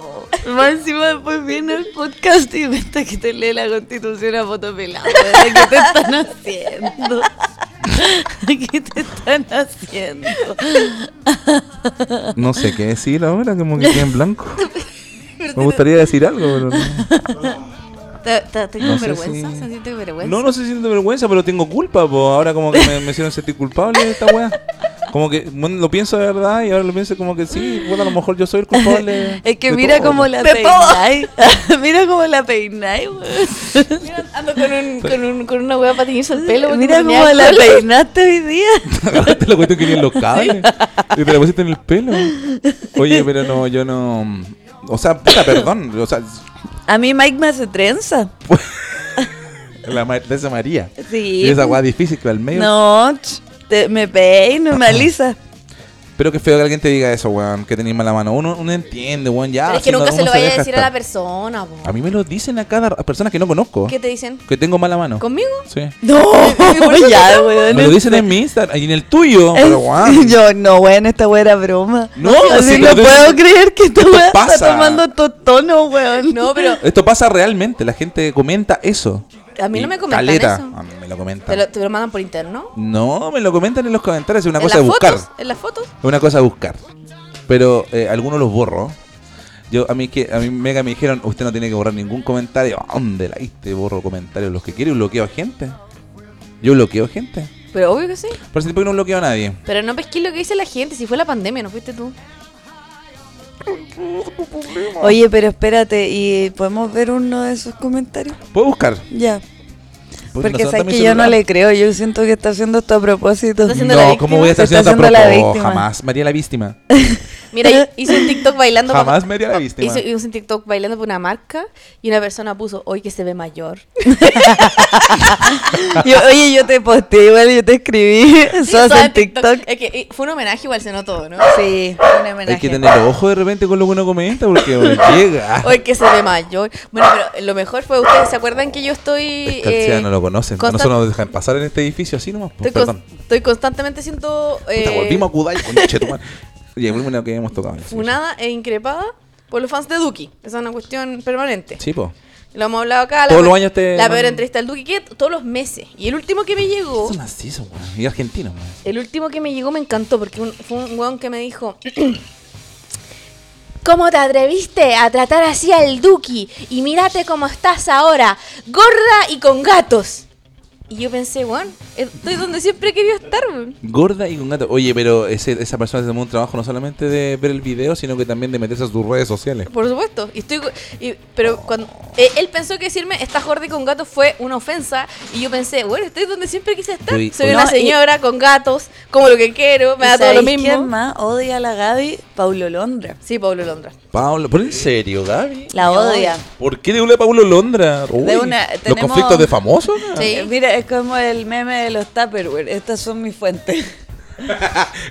D: Más encima después viene el podcast y inventa que te lee la constitución a foto pelada. weón. ¿Qué te están haciendo? ¿Qué te están haciendo?
B: No sé qué decir ahora, como que quedé en blanco. Me gustaría decir algo, pero no.
C: ¿Te, te- tengo
B: No sé
C: vergüenza?
B: si-
C: ¿Sentiste vergüenza?
B: No, no se siente vergüenza, pero tengo culpa, po. Ahora como que me, me hicieron sentir culpable de esta weá. Como que bueno, lo pienso de verdad y ahora lo pienso como que sí, bueno, a lo mejor yo soy el culpable.
D: Es que
B: de
D: mira
B: todo.
D: cómo la
C: De todo.
D: peináis. mira cómo la peináis, weón.
C: Mira, ando con, un, con, un, con una hueá para teñirse el pelo. porque
D: Mira
C: no tenía
D: cómo la
C: alcohol.
D: peinaste hoy día.
B: Agarraste la cuestión que tenía en los cables y te la pusiste en el pelo. Oye, pero no, yo no. O sea, puta, perdón. O sea,
D: A mí Mike me hace trenza.
B: la ma- de esa María.
D: Sí.
B: Y esa weá difícil que va al medio.
D: No, ch, te- me peino, me alisa.
B: Pero que feo que alguien te diga eso, weón, que tenés mala mano. Uno, uno entiende, weón, ya.
C: Pero es
B: si
C: que
B: Ah, no,
C: nunca se
B: uno
C: lo vaya a
B: deja
C: decir a la
B: estar.
C: persona. po.
B: A mí me lo dicen a cada persona que no conozco.
C: ¿Qué te dicen?
B: Que tengo mala mano.
C: ¿Conmigo?
B: Sí.
D: No, ya, weón.
B: Me lo dicen en mi Instagram y en el tuyo.
D: Es-
B: Pero, weón.
D: Yo, no, weón, esta weón era broma.
B: No, pues,
D: Así
B: sí,
D: no
B: pero tú-
D: puedo creer que esta
B: ¿Qué te
D: weón
B: pasa?
D: está tomando estos tonos, weón.
C: No, pero
B: Esto pasa realmente. La gente comenta eso.
C: a mí no
B: Y
C: me comentan
B: caleta.
C: eso.
B: A mí me lo comentan.
C: ¿Te lo, te lo mandan por interno?
B: No, me lo comentan en los comentarios. Es una
C: ¿En
B: cosa de
C: las
B: buscar.
C: fotos? ¿En las fotos?
B: Es una cosa de buscar. Pero eh, algunos los borro. Yo, a mí que a mí mega me dijeron, usted no tiene que borrar ningún comentario. ¿A ¿Dónde la diste? Borro comentarios los que quiero y bloqueo a gente. Yo bloqueo gente.
C: Pero obvio que sí.
B: Por ese tipo que no bloqueo a nadie.
C: Pero no pesquís lo que dice la gente. Si fue la pandemia, no fuiste tú.
D: Oye, pero espérate, ¿y podemos ver uno de esos comentarios?
B: Puedo buscar.
D: Ya.
B: Porque
D: Porque
B: no
D: sabes
B: salta mi
D: que yo no
B: celular.
D: le creo, yo siento que está haciendo esto a propósito.
C: Está haciendo la
B: No,
C: víctima.
B: ¿cómo voy a estar
D: Se está
B: haciendo
D: haciendo la
B: otra pro-
D: víctima.
B: Jamás, María la víctima.
C: Mira, hi- hice un TikTok bailando.
B: Jamás
C: por-
B: me haría la víctima.
C: Hice hice un TikTok bailando por una marca y una persona puso, hoy que se ve mayor.
D: Yo- oye, yo te posteé igual, yo te escribí. Eso
C: Sí,
D: hace
C: sabe,
D: en TikTok.
C: Es que eh, fue un homenaje, igual se notó, ¿no?
D: Sí, un homenaje.
B: Hay que tener ojo de repente con lo que uno comenta porque bueno, llega.
C: Hoy que se ve mayor. Bueno, pero lo mejor fue, ¿ustedes se acuerdan que yo estoy...
B: Esta
C: eh,
B: chica no lo conocen. A
C: constan-
B: Nosotros nos dejan pasar en este edificio así nomás. pues,
C: estoy, cons-
B: Perdón.
C: estoy constantemente siendo
B: Puta,
C: eh,
B: volvimos a Kudai, conchetumar. Oye, volvimos a lo que habíamos tocado.
C: funada e increpada por los fans de Duki. Esa es una cuestión permanente.
B: Sí, po.
C: Lo hemos hablado acá. la
B: Todos los
C: peor-
B: años te-
C: La peor entrevista al Duki que todos los meses. Y el último que me llegó...
B: Son así, son weón. Y argentinos, weón.
C: El último que me llegó me encantó porque un- fue un weón que me dijo... ¿Cómo te atreviste a tratar así al Duki? Y mírate cómo estás ahora, gorda y con gatos. Y yo pensé, weón, estoy donde siempre he querido estar, weón.
B: Gorda y con gato. Oye, pero ese- esa persona se tomó un trabajo no solamente de ver el video, sino que también de meterse a sus redes sociales.
C: Por supuesto. Y estoy, y- pero cuando eh, él pensó que decirme estás gorda y con gatos fue una ofensa. Y yo pensé, bueno, estoy donde siempre quise estar.
B: Uy,
C: Soy
B: uy.
C: una
D: No, y-
C: señora con gatos, como lo que quiero, me da todo lo
D: ¿Sabéis ¿Quién
C: mismo.
D: más odia a la Gaby? Paulo Londra.
C: Sí, Pablo Londra.
B: Pablo, ¿por en serio, Gaby?
D: La
C: Me
D: odia.
C: odia.
B: ¿Por qué le habla a Pablo Londra? Uy,
D: De una-
B: Los
D: tenemos-
B: conflictos de famosos. ¿no?
C: Sí.
D: Eh, Mira, es como el meme de los Tupperware. Estas son mis fuentes.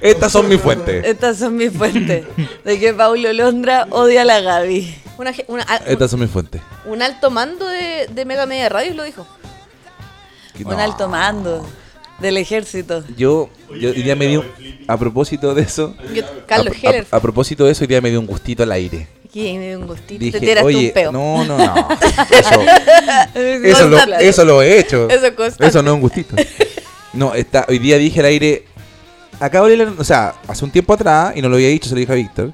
B: Estas son mis fuentes.
D: Estas son mis fuentes. De que Paulo Londra odia a la Gaby.
C: Una, ge- una- a-
B: Estas son mis fuentes.
C: Un alto mando de, de Mega Media Radios lo dijo.
D: Un
B: No.
D: alto mando del ejército.
B: Yo, yo hoy día me dio, a propósito de eso,
C: Yo-
B: a,
C: Carlos
B: pro-
C: Heller.
B: a- a propósito de eso, hoy día me dio un gustito al aire.
C: Aquí me dio un gustito.
B: Dije,
C: te tiraste
B: oye,
C: un peo.
B: no, no, no. Eso, Eso lo,
C: Constante.
B: eso lo he hecho.
C: Eso es constante.
B: Eso no es un gustito. No, está, hoy día dije al aire. Acabo de leer, la- o sea, hace un tiempo atrás, y no lo había dicho, se lo dije a Víctor.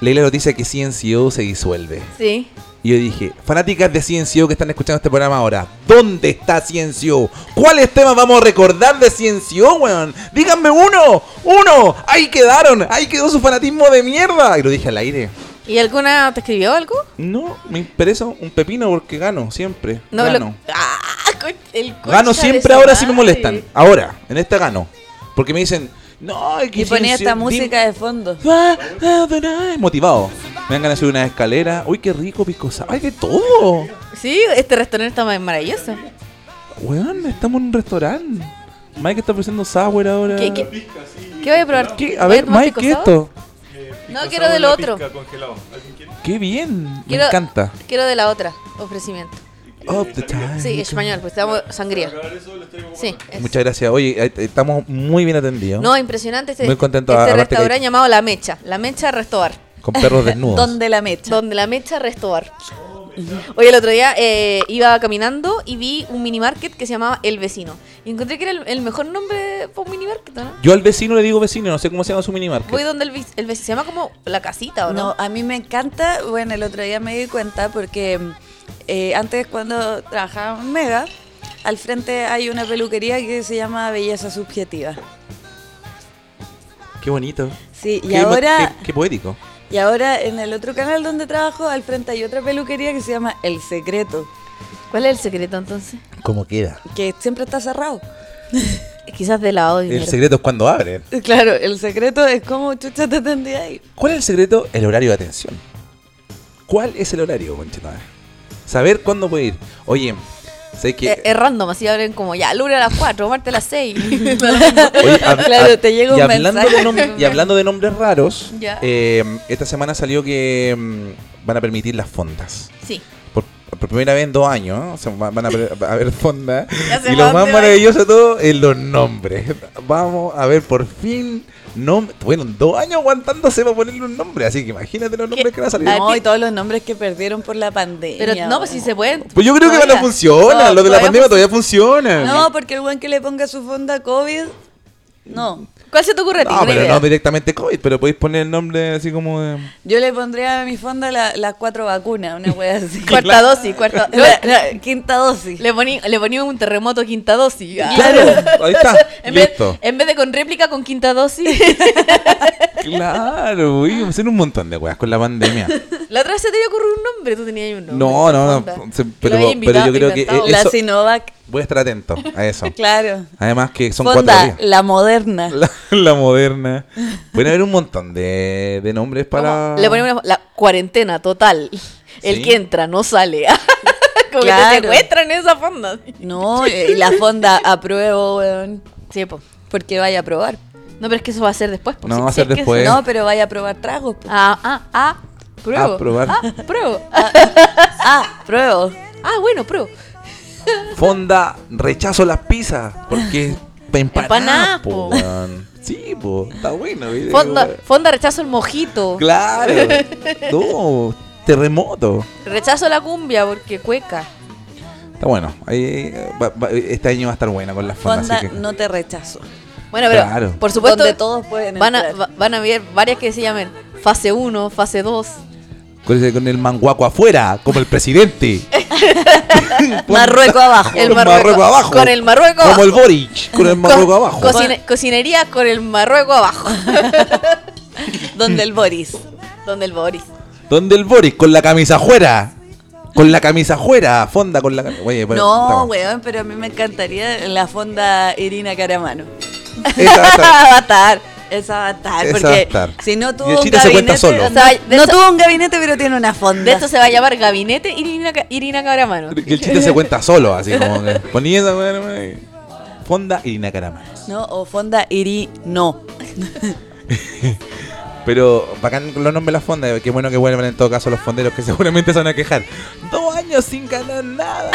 B: Leí la noticia que CNCO E se disuelve.
C: Sí.
B: Y yo dije, fanáticas de CNCO que están escuchando este programa ahora, ¿dónde está CNCO? ¿Cuáles temas vamos a recordar de CNCO, weón? Díganme uno, uno, ahí quedaron, ahí quedó su fanatismo de mierda. Y lo dije al aire.
C: ¿Y alguna te escribió algo?
B: No, me interesa un pepino porque gano, siempre.
C: No,
B: gano.
C: lo- ¡Ah! Con- el concha
B: Gano
C: de su
B: siempre ahora si me
C: madre.
B: molestan. Ahora, en esta gano. Porque me dicen, no, es que
D: Y ponía
B: si-
D: esta
B: si-
D: música de fondo.
B: di- Ah, ah, da, da, Motivado. Me dan ganas de subir una escalera. Uy, qué rico, picosa. ¡Ay, de todo!
C: Sí, este restaurante está ma- maravilloso.
B: Weón, estamos en un restaurante. Mike está ofreciendo sour ahora.
C: ¿Qué, qué, qué voy a probar?
B: ¿Qué? A
C: ¿Voy
B: ver,
C: tomar
B: Mike, ¿qué es
C: picosado?
B: esto?
C: No, quiero del otro.
B: ¡Qué bien!
C: Quiero-
B: Me encanta.
C: Quiero de la otra, ofrecimiento.
B: Up the time.
C: Sí, español, pues estamos sangría. Sí, eso.
B: Muchas gracias. Oye, eh, estamos muy bien atendidos.
C: No, impresionante este,
B: Muy contento,
C: este
B: aparte que-
C: restaurante llamado La Mecha. La Mecha Restobar.
B: Con perros desnudos.
D: Donde la mecha.
C: Donde La Mecha Restobar. Oye, el otro día eh, iba caminando y vi un mini market que se llamaba El Vecino. Y encontré que era el, el mejor nombre para un mini market, ¿no?
B: Yo al vecino le digo vecino, no sé cómo se llama su minimarket.
C: Voy donde el, vi- el vecino. Se llama como la casita, ¿o no?
D: No, a mí me encanta. Bueno, el otro día me di cuenta porque eh, antes cuando trabajaba en Mega, al frente hay una peluquería que se llama Belleza Subjetiva. Qué bonito. Sí, y
B: Qué emo-
D: ahora,
B: qué- qué poético.
D: y ahora en el otro canal donde trabajo, al frente hay otra peluquería que se llama El Secreto,
C: ¿Cuál es el secreto entonces?
B: ¿Cómo queda?
D: que siempre está cerrado.
C: Eh, Quizás de la odio.
B: El secreto es cuando abre.
D: Claro, el secreto es como chucha te atendí ahí.
B: ¿Cuál es el secreto? El horario de atención. ¿Cuál es el horario, conchetumare? Saber cuándo puede ir. Oye, sé que.
C: Eh, Es random, así abren como ya, lunes a las 4, martes a las 6.
B: Oye, hab-
D: Claro,
B: hab-
D: te llega
B: y
D: un
B: hablando
D: mensaje.
B: de nom- y hablando de nombres raros,
C: Ya.
B: eh, esta semana salió que mm, van a permitir las fondas.
C: sí.
B: Por, por primera vez en dos años, ¿no? O sea, va- van a, pre- va a haber fonda.
C: Ya sé
B: Y
C: pa'
B: lo más
C: dónde va.
B: maravilloso de todo es los nombres. Vamos a ver, por fin. nom- bueno, dos años aguantándose para ponerle un nombre. Así que imagínate los nombres que van a salir.
D: No, y todos los nombres que perdieron por la pandemia.
C: Pero no, pues si se pueden.
B: Pues yo creo que van a
C: Todavía.
B: funcionar.
C: No,
B: lo de la
C: todavía
B: pandemia todavía funciona.
D: No, pues, porque el buen que le ponga su fonda COVID, no.
C: ¿Cuál se te ocurre a ti?
B: No,
C: Una
B: pero
C: idea.
B: no directamente COVID, pero podéis poner el nombre así como de.
D: Yo le pondría a mi fonda la- las cuatro vacunas, una wea así.
C: Cuarta dosis, cuarta
D: La- la quinta dosis.
C: Le poní, le poní un terremoto quinta dosis.
B: Claro, ahí está,
C: en, vez,
B: listo.
C: en vez de con réplica, con quinta dosis.
B: Claro, uy, vamos a hacer un montón de weas con la pandemia.
C: La otra vez se te había ocurrido un nombre, tú tenías ahí un nombre.
B: No, no,
C: Onda.
B: no. se-
C: Lo
B: Pero,
C: había
B: pero
C: invitado,
B: yo creo que
C: inventado.
B: eh,
D: La
B: eso-
D: Sinovac,
B: voy a estar atento a eso.
D: claro.
B: Además que son cuatro
D: Fonda,
B: días.
D: la moderna.
B: La, la moderna. Pueden haber un montón de, de nombres para.
C: Como Le ponemos una- la cuarentena total. El
B: Sí.
C: que entra no sale. Como que
D: Claro.
C: te secuestran en esa fonda.
D: No, eh, y la fonda apruebo, weón.
C: Sí, po.
D: Porque vaya a probar.
C: No, pero es que eso va a ser después. po.
B: No,
C: Sí,
B: va a
C: sí,
B: ser
C: es que
B: después. Pues-
D: No, pero vaya a probar tragos. po.
C: Ah, ah, ah. Pruebo.
B: Ah, probar.
C: Ah, pruebo.
D: Ah, pruebo.
C: Ah, bueno, pruebo.
B: Fonda, rechazo las pizzas. Porque es pa' empanadas,
C: Empanadas,
B: po,
C: po.
B: weón. Sí, po, está bueno. ¿viste?
C: Fonda, fonda rechazo el mojito.
B: Claro. No, terremoto.
C: Rechazo la cumbia porque cueca.
B: Está bueno. ahí, eh, va- va- este año va a estar buena con las fondas.
D: Fonda,
B: así que-
D: no te rechazo.
C: Bueno, pero
B: Claro.
C: por supuesto
D: Donde todos pueden
C: van a,
D: entrar.
C: va- van a haber varias que se llamen fase 1, fase 2.
B: Con, ese- con el manguaco afuera, como el presidente.
D: Marruecos abajo.
B: el Marruecos, abajo.
C: Con el Marruecos
B: Como el
C: abajo.
B: Boric, con el Marruecos
C: Co-
B: abajo.
C: cocine- cocinería con el Marruecos abajo.
D: Donde el Boris.
C: Donde el Boris.
B: ¿Dónde el Boris? Con la camisa afuera. Con la camisa afuera, fonda con la camisa. Oye, pero- está
D: No,
B: bueno.
D: weón, pero a mí me encantaría la fonda Irina Caramano.
B: Esa va a estar-
D: va a estar. Esa va a estar.
B: Esa
D: porque
B: va a estar.
D: si no tuvo
B: Y el
D: un
B: chiste se cuenta
D: gabinete.
B: solo.
D: No,
B: O
C: sea, de
D: no
C: esto-
D: tuvo un gabinete, pero tiene una fonda.
C: De esto se va a llamar Gabinete Irina, Ca- Irina Cabramano.
B: Que el chiste se cuenta solo, así como que ponía esa weá nomás y- Fonda y Nacarama.
D: No, o fonda Iri no.
B: Pero bacán con los nombres de la fonda. Qué bueno que vuelvan en todo caso los fonderos que seguramente se van a quejar. Dos años sin ganar nada.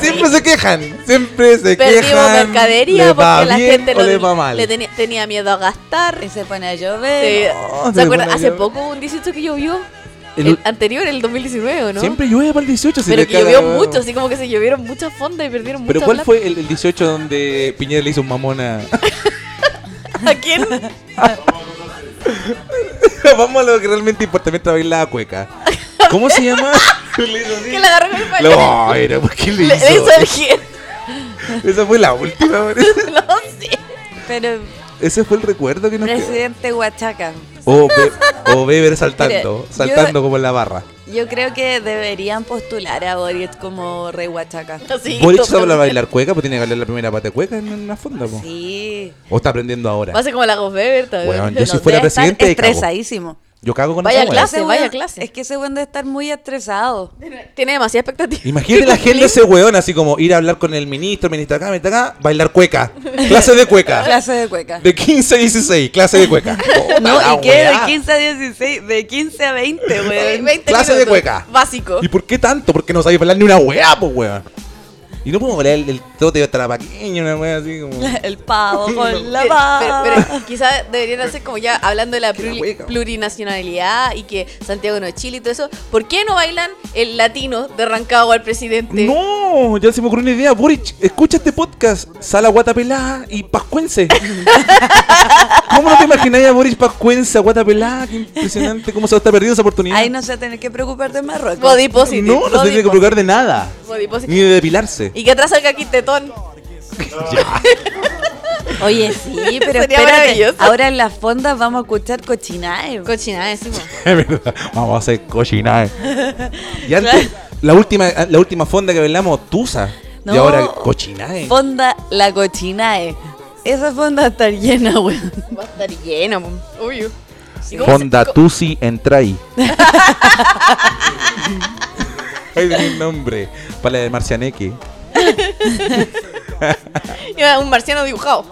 B: siempre se quejan. Siempre se
C: Perdimos
B: quejan.
C: mercadería
B: le va
C: porque la
B: bien
C: gente
B: o
C: lo-
B: le va mal. Este,
C: le tenía, tenía miedo a gastar.
D: Y se pone a
C: Eh,
D: llover.
B: no,
C: ¿Se
B: se
C: acuerdan?
B: pone
C: Hace
B: yo-
C: poco hubo un 18 que llovió.
B: El
C: El,
B: ul-
C: anterior, el 2019, ¿no?
B: Siempre llueve para el 18. si
C: Pero
B: te
C: que
B: caga,
C: llovió
B: weón.
C: mucho, así como que se llovieron muchas fondas y perdieron
B: Pero
C: mucha
B: ¿cuál
C: plata.
B: fue el, el 18 donde Piñera le hizo un mamón a...
C: ¿A quién?
B: Vamos a lo que realmente importa mientras baila la cueca. ¿Cómo se llama? le hizo así.
C: ¿Quién le agarró con el palo?
B: No, era ¿por qué le
C: Le,
B: hizo?
C: le hizo el gel.
B: Esa fue la última. weón.
C: No sé.
D: Pero
B: Ese fue el recuerdo que nos quedó.
D: presidente Huachaca.
B: O, Be- o Beber saltando,
D: Mira,
B: saltando
D: yo-
B: como en la barra.
D: Yo creo que deberían postular a Boris como rey Huachaca.
C: Así,
B: Boric
C: todo-
B: sabe bailar cueca, pues tiene que bailar la primera pata de cueca en una fonda. po.
D: Sí.
B: O está aprendiendo ahora.
C: Va a ser como la Ghost Beber, tal vez.
B: Weón, yo si
D: No,
B: fuera
D: debe estar
B: presidente, cago.
D: Estresadísimo.
B: Yo cago con
C: Vaya
B: esa weá.
C: clase.
D: Ese
C: vaya
D: weón-
C: clase.
D: Es que ese buen debe estar muy estresado.
C: Tiene demasiada expectativa.
B: Imagínate la gente de ese weón, así como ir a hablar con el ministro, ministro acá, ministro acá, bailar cueca. Clase de cueca.
D: Clase de cueca.
B: Ah. De 15 a 16, clase de cueca. Puta
D: No,
B: la
D: ¿y qué? De
B: weá.
D: 15 a 16, de 15 a 20, weón.
C: 20
B: Clase de
C: minutos.
B: cueca.
C: Básico.
B: ¿Y por qué tanto? Porque no sabía bailar ni una weá, pues weón. Y no podemos bailar el, el tote trapaqueño, una weá así como.
D: El pavo con
C: Pero-
D: la
C: pero-
D: pava.
C: pero quizás deberían hacer como ya hablando de la
B: la
C: pluri-
B: hueca.
C: plurinacionalidad y que Santiago no es Chile y todo eso. ¿Por qué no bailan el latino de Rancagua al presidente?
B: No, ya se me ocurrió una idea, Boric. Escucha este podcast, Sala Guatapelá y Pascuense. ¿Cómo no te imagináis a Boric Pascuense, a Guatapelá? Qué impresionante, cómo se va a estar perdiendo esa oportunidad.
D: Ahí no se va a tener que preocupar de Marruecos.
C: Body positive.
B: no, no se
C: body
B: tiene que
C: positive,
B: preocupar de nada.
C: body positive.
B: Ni de depilarse.
C: Y que atrás salga aquí tetón.
D: Oye, sí, pero
C: Sería
D: espérate.
C: maravilloso.
D: Ahora en las fondas vamos a escuchar cochinae.
C: Cochina, decimos.
B: Es verdad. Vamos a hacer cochinae. Y antes, la última, la última fonda que velamos, Tusa.
D: No.
B: Y ahora cochinae.
D: Fonda la cochinae. Esa fonda va a estar llena, weón.
C: Va a estar lleno. po. Obvio. ¿Y cómo se-
B: Fonda
C: co-
B: Tusi Entrai. Ay, de mi nombre. Para la de Marcianeque.
C: Era un marciano dibujado.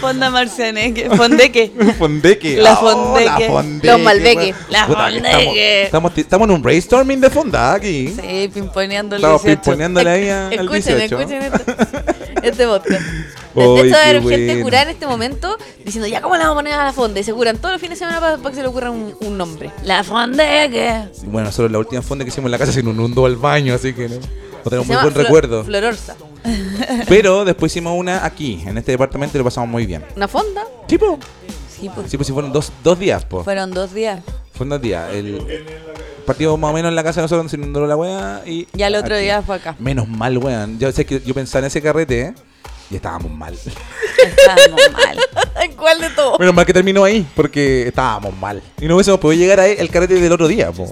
D: Fonda marcianeque. Fondeque.
B: Fondeque.
D: La
B: Oh, la
D: Fondeque.
B: Fondeque,
C: Los Malbeque.
B: weón.
D: La
B: Puta, que
D: Fondeque.
B: Estamos, estamos, estamos en un brainstorming de fonda aquí.
D: Sí, pimponeando el
B: Estamos
D: 18.
B: pimponeándole ahí a- al
C: Escuchen,
B: 18.
C: escuchen esto. este podcast.
B: Oy,
C: de hecho,
B: qué
C: hay gente
B: bueno.
C: curada en este momento diciendo, ya, ¿cómo la vamos a poner a la fonda? Y se curan todos los fines de semana para, que se le ocurra un, un nombre.
D: La fondeque.
B: Bueno, nosotros la última fonda que hicimos en la casa se inundó al baño, así que no, no tenemos
C: Se
B: muy
C: llama
B: buen
C: Flo-
B: recuerdo.
C: Flororza.
B: Pero después hicimos una aquí, en este departamento, y lo pasamos muy bien.
C: ¿Una fonda?
B: ¿Tipo?
D: Sí, pues.
B: Sí, pues sí, fueron dos, dos días, po.
D: Fueron dos días.
B: Fueron dos días. El partido más o menos en la casa de nosotros donde se inundó la weá y.
D: Ya el otro
B: aquí.
D: día fue acá.
B: Menos mal, weón. Yo sé que yo pensaba en ese carrete, ¿eh? Y estábamos mal.
D: Estábamos mal.
C: ¿Cuál de todos?
B: Menos mal que terminó ahí, porque estábamos mal. Y no hubiésemos podido llegar al carrete del otro día, po.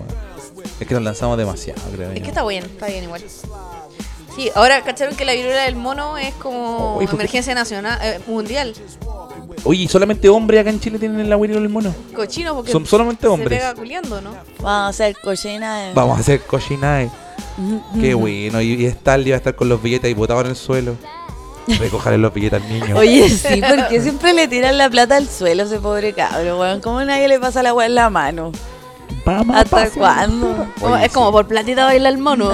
B: Es que nos lanzamos demasiado, creo.
C: Es
B: yo.
C: que está bien, está bien igual. Sí, ahora cacharon que la viruela del mono es como
B: Oye, ¿por qué?
C: emergencia nacional, eh, mundial.
B: Oye, ¿y solamente hombres acá en Chile tienen el abuelo del mono?
D: Eh.
C: Cochino, porque
B: Son solamente hombres.
C: se pega culiando, ¿no?
D: Vamos a hacer cochinae.
B: Vamos a hacer cochinae. Qué bueno. Y, y es tal, iba a estar con los billetes y botaban en el suelo. Recojarle los billetes al niño.
D: Oye, sí, porque siempre le tiran la plata al suelo a ese pobre cabro, weón. ¿Cómo nadie le pasa la weá en la mano?
B: Vamos,
D: ¿Hasta
B: pase.
D: cuándo?
C: Como- es como por platita baila el mono.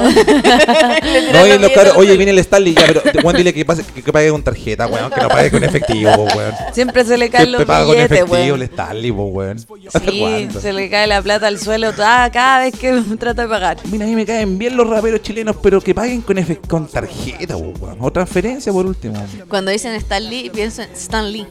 B: No, y los cabros, oye, viene el Stanley, ya, pero te- Juan, dile que, pase- que, que pague con tarjeta, weón, que no pague con efectivo, po, weón.
D: Siempre se le caen
B: Siempre
D: los
B: paga con
D: billetes,
B: efectivo el
D: weón.
B: Stanley, po, weón. ¿Hasta
D: Sí,
B: cuándo?
D: se le cae la plata al suelo toda, cada vez que trata de pagar.
B: Mira, a mí me caen bien los raperos chilenos, pero que paguen con, efe- con tarjeta, po, weón. O transferencia, por último.
C: Cuando dicen Stan Lee, pienso en Stan Lee.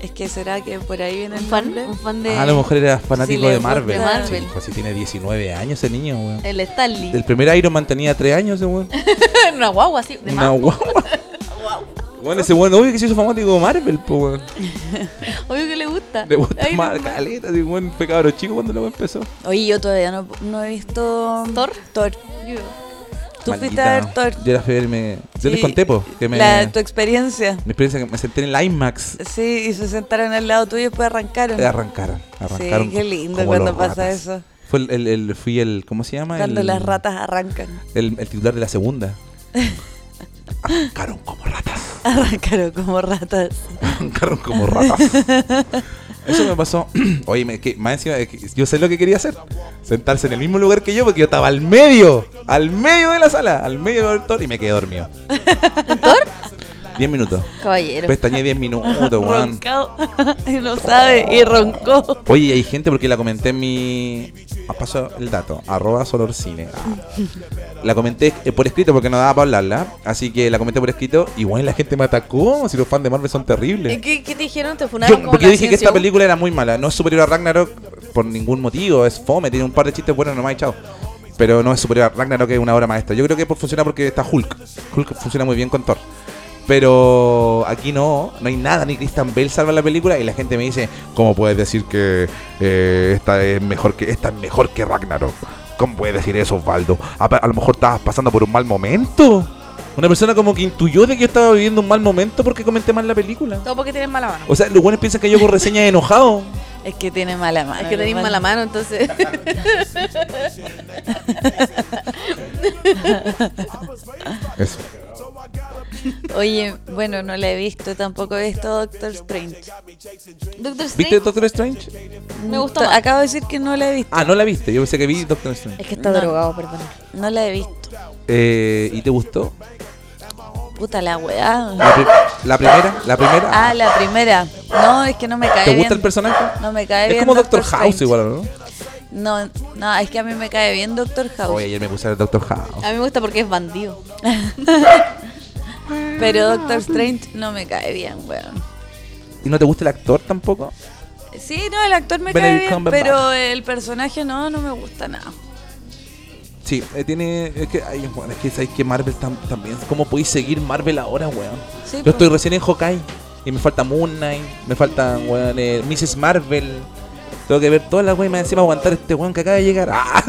D: Es que será que por ahí viene el
C: Un fan,
D: nombre.
C: un fan de.
B: Ah, a lo mejor era fanático
D: Sí, le
B: de
D: gusta
B: Marvel.
D: Marvel.
B: Sí, pues si tiene 19 años ese niño, weón.
C: El Stan Lee.
B: El primer Iron Man tenía 3 años, ese weón.
C: Una guagua así. De
B: Una
C: más.
B: guagua. Bueno, ese weón, obvio que se hizo fanático de Marvel, po, weón.
C: Obvio que le gusta.
B: Le gusta
C: Iron
B: más
C: Man.
B: caleta, ese weón fue cabro chico cuando lo empezó.
D: Oye, yo todavía no, no he visto.
C: ¿Thor?
D: Thor.
C: Yo.
D: Tú
B: Maldita.
D: fuiste a ver Thor.
B: Yo, la fui a ver, me- yo les
D: Sí,
B: conté, po, que me...
D: la- tu experiencia.
B: Mi experiencia que me senté en el IMAX.
D: Sí, y se sentaron al lado tuyo y después arrancaron.
B: Eh, Arrancaron, arrancaron.
D: qué lindo
B: como
D: cuando
B: los
D: pasa
B: ratas.
D: eso.
B: Fue el, el- el- fui el, ¿cómo se llama?
D: Cuando
B: el,
D: las ratas arrancan.
B: El, el titular de la segunda. Arrancaron como ratas.
D: Arrancaron como ratas.
B: Arrancaron como ratas. Eso me pasó. Oye, me- que, más encima, eh, que yo sé lo que quería hacer. Sentarse en el mismo lugar que yo porque yo estaba al medio. Al medio de la sala. Al medio del actor y me quedé dormido. Diez minutos.
C: Caballero.
B: Pestañé 10 minutos, weón.
D: Roncado. Y no sabe. Y roncó.
B: Oye, y hay gente porque la comenté en mi. A paso el dato, arroba solorcine. Ah. La comenté eh, por escrito porque no daba para hablarla. Así que la comenté por escrito. Y bueno, la gente me atacó. Si los fans de Marvel son terribles.
C: ¿Y qué, qué te dijeron? ¿Te
B: eh. Yo-
C: funaron como
B: porque
C: la
B: yo dije que
C: ciencia
B: esta
C: U?
B: película era muy mala. No es superior a Ragnarok por ningún motivo. Es fome, tiene un par de chistes buenos nomás y chao. Pero no es superior a Ragnarok, que es una obra maestra. Yo creo que por- funciona porque está Hulk. Hulk funciona muy bien con Thor. Pero aquí no, no hay nada. Ni Christian Bell salva la película. Y la gente me dice: ¿Cómo puedes decir que eh, esta, es mejor que, esta es mejor que Ragnarok? ¿Cómo puedes decir eso, Osvaldo? A, a lo mejor estabas pasando por un mal momento. Una persona como que intuyó de que yo estaba viviendo un mal momento porque comenté mal la película.
C: Todo porque tienes mala mano.
B: O sea, los buenos piensan que yo hago reseñas enojado.
D: Es que tiene mala mano.
C: Es que tenéis
D: igual.
C: mala mano, entonces.
E: Eso.
D: Oye, bueno, no la he visto, tampoco he visto Doctor Strange.
C: Doctor
B: ¿Viste
C: Strange
B: Doctor Strange?
C: me gustó
D: To-
C: más.
D: Acabo de decir que no la he visto.
B: Ah, no la viste. Yo pensé que vi Doctor Strange.
C: Es que está
D: No.
C: drogado, perdón.
D: No la he visto.
B: Eh, ¿Y te gustó?
D: Puta la weá.
B: ¿La, pri- la primera? ¿La primera?
D: Ah, la primera. No, es que no me cae
B: ¿Te
D: bien.
B: gusta el personaje?
D: No me cae
B: es
D: bien.
B: como Doctor, House
D: Strange.
B: igual, ¿no?
D: No, no, es que a mí me cae bien Doctor House.
B: Oye, ayer me puse a ver Doctor House.
C: A mí me gusta porque es bandido.
D: Pero Doctor Strange no me cae bien, weón.
B: ¿Y no te gusta el actor tampoco?
D: Sí, no, el actor me
B: Benedict
D: cae bien,
B: Cumberbatch.
D: pero el personaje no, no me gusta nada.
B: Sí, eh, tiene. Es que, ay, weón, es que sabéis que Marvel tam- también. ¿Cómo podéis seguir Marvel ahora, weón?
D: Sí,
B: Yo
D: pues.
B: estoy recién en Hawkeye. Y me falta Moon Knight. Me falta, weón, eh, Mrs. Marvel. Tengo que ver todas las weas y más encima aguantar este weón que acaba de llegar. ¡Ah!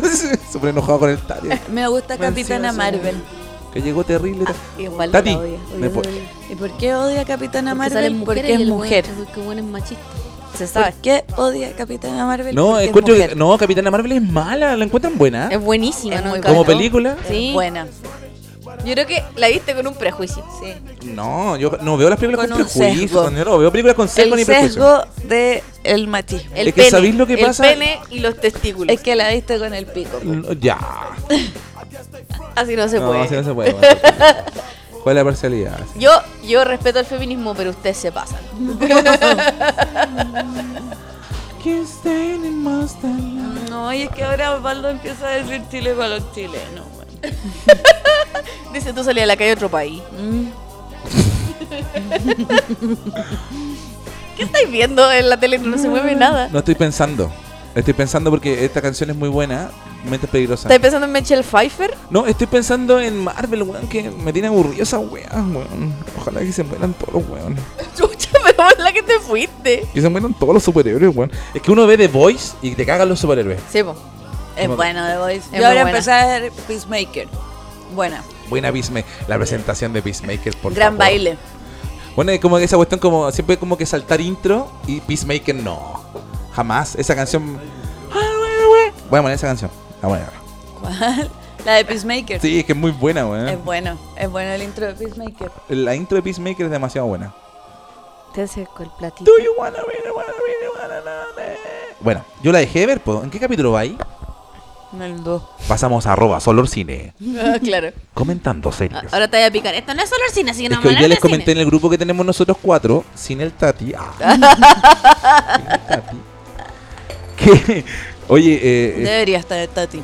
B: Súper enojado con el Tati.
D: Me gusta
B: Más
D: Capitana
B: encima, sí,
D: Marvel. Ah,
B: Que llegó terrible.
C: Igual
B: Tati,
C: la odia.
B: me po-
D: ¿Y por qué odia a Capitana
A: Porque
D: Marvel?
A: salen mujeres
D: Porque
A: y
D: es
A: el weón-
D: mujer.
A: Qué bueno es machista.
C: Se
D: ¿Por
C: sabe.
D: qué odia a Capitana Marvel?
B: No,
D: Porque es
B: encuentro que,
D: mujer.
B: no, Capitana Marvel es mala. La encuentran buena.
C: Es buenísima,
D: Es
C: ¿no?
D: muy
C: Encantó.
B: Como
D: bueno.
B: película.
D: Es
C: Sí.
D: buena.
C: Yo creo que la viste con un prejuicio.
D: Sí.
B: No, yo no veo las películas con,
D: Con un
B: prejuicio.
D: sesgo.
B: cuando Yo no veo películas con sesgo
D: El
B: ni prejuicio.
D: sesgo de el machismo.
C: El
B: Es que
C: pene,
B: ¿sabéis lo que pasa?
C: El pene y los testículos.
D: Es que la viste con el pico.
B: No, ya.
C: Así no se
B: no,
C: puede.
B: así no se puede. bueno. ¿Cuál es la parcialidad?
C: Yo, yo respeto el feminismo, pero ustedes se pasan.
B: Can't stand it, must I-
D: No, y es que ahora Osvaldo empieza a decir Chile para los chilenos. weón.
C: Dice, tú salí a la calle a otro país.
D: Mm.
C: ¿Qué estáis viendo en la tele? No se
D: Mm.
C: mueve nada.
B: No estoy pensando. Estoy pensando porque esta canción es muy buena. Mentes peligrosas.
C: ¿Estáis pensando en Michelle Pfeiffer?
B: No, estoy pensando en Marvel, weón, que me tiene aburrido esa weón, weón. Ojalá que se mueran todos los weones.
C: Chucha, pero es la que te fuiste.
B: Que se mueran todos los superhéroes, weón. Es que uno ve The Voice y te cagan los superhéroes.
C: Sí, po.
D: Es
B: Como-
D: bueno The Voice.
C: muy
D: Yo ahora
C: buena.
D: empecé a ver Peacemaker. Buena.
B: Buena Peacemaker. La presentación de Peacemaker, por
D: Gran
B: favor.
D: baile.
B: Bueno, es como que esa cuestión como siempre como que saltar intro y Peacemaker no. Jamás. Esa canción. Voy a poner esa canción. La voy a poner.
D: ¿Cuál? La de Peacemaker.
B: Sí, ¿eh? es que es muy buena,
D: Es
B: weón.
D: bueno. Es bueno el intro de Peacemaker.
B: La intro de Peacemaker es demasiado buena.
C: Te acerco el platito.
B: Do you wanna be- wanna be- wanna be- Bueno, yo la dejé de ver, po. ¿en qué capítulo va ahí?
D: En el 2.
B: Pasamos a arroba Solorcine,
C: Ah, claro.
B: comentando
C: Ah,
B: series.
C: Ahora te voy a picar. Esto no es solo el cine, así que
B: Es
C: no
B: que
C: me
B: hoy día les
C: cine.
B: comenté en el grupo que tenemos nosotros cuatro, sin el Tati. ah. Sin el Tati. Que, oye, eh, eh,
D: Debería estar de Tati.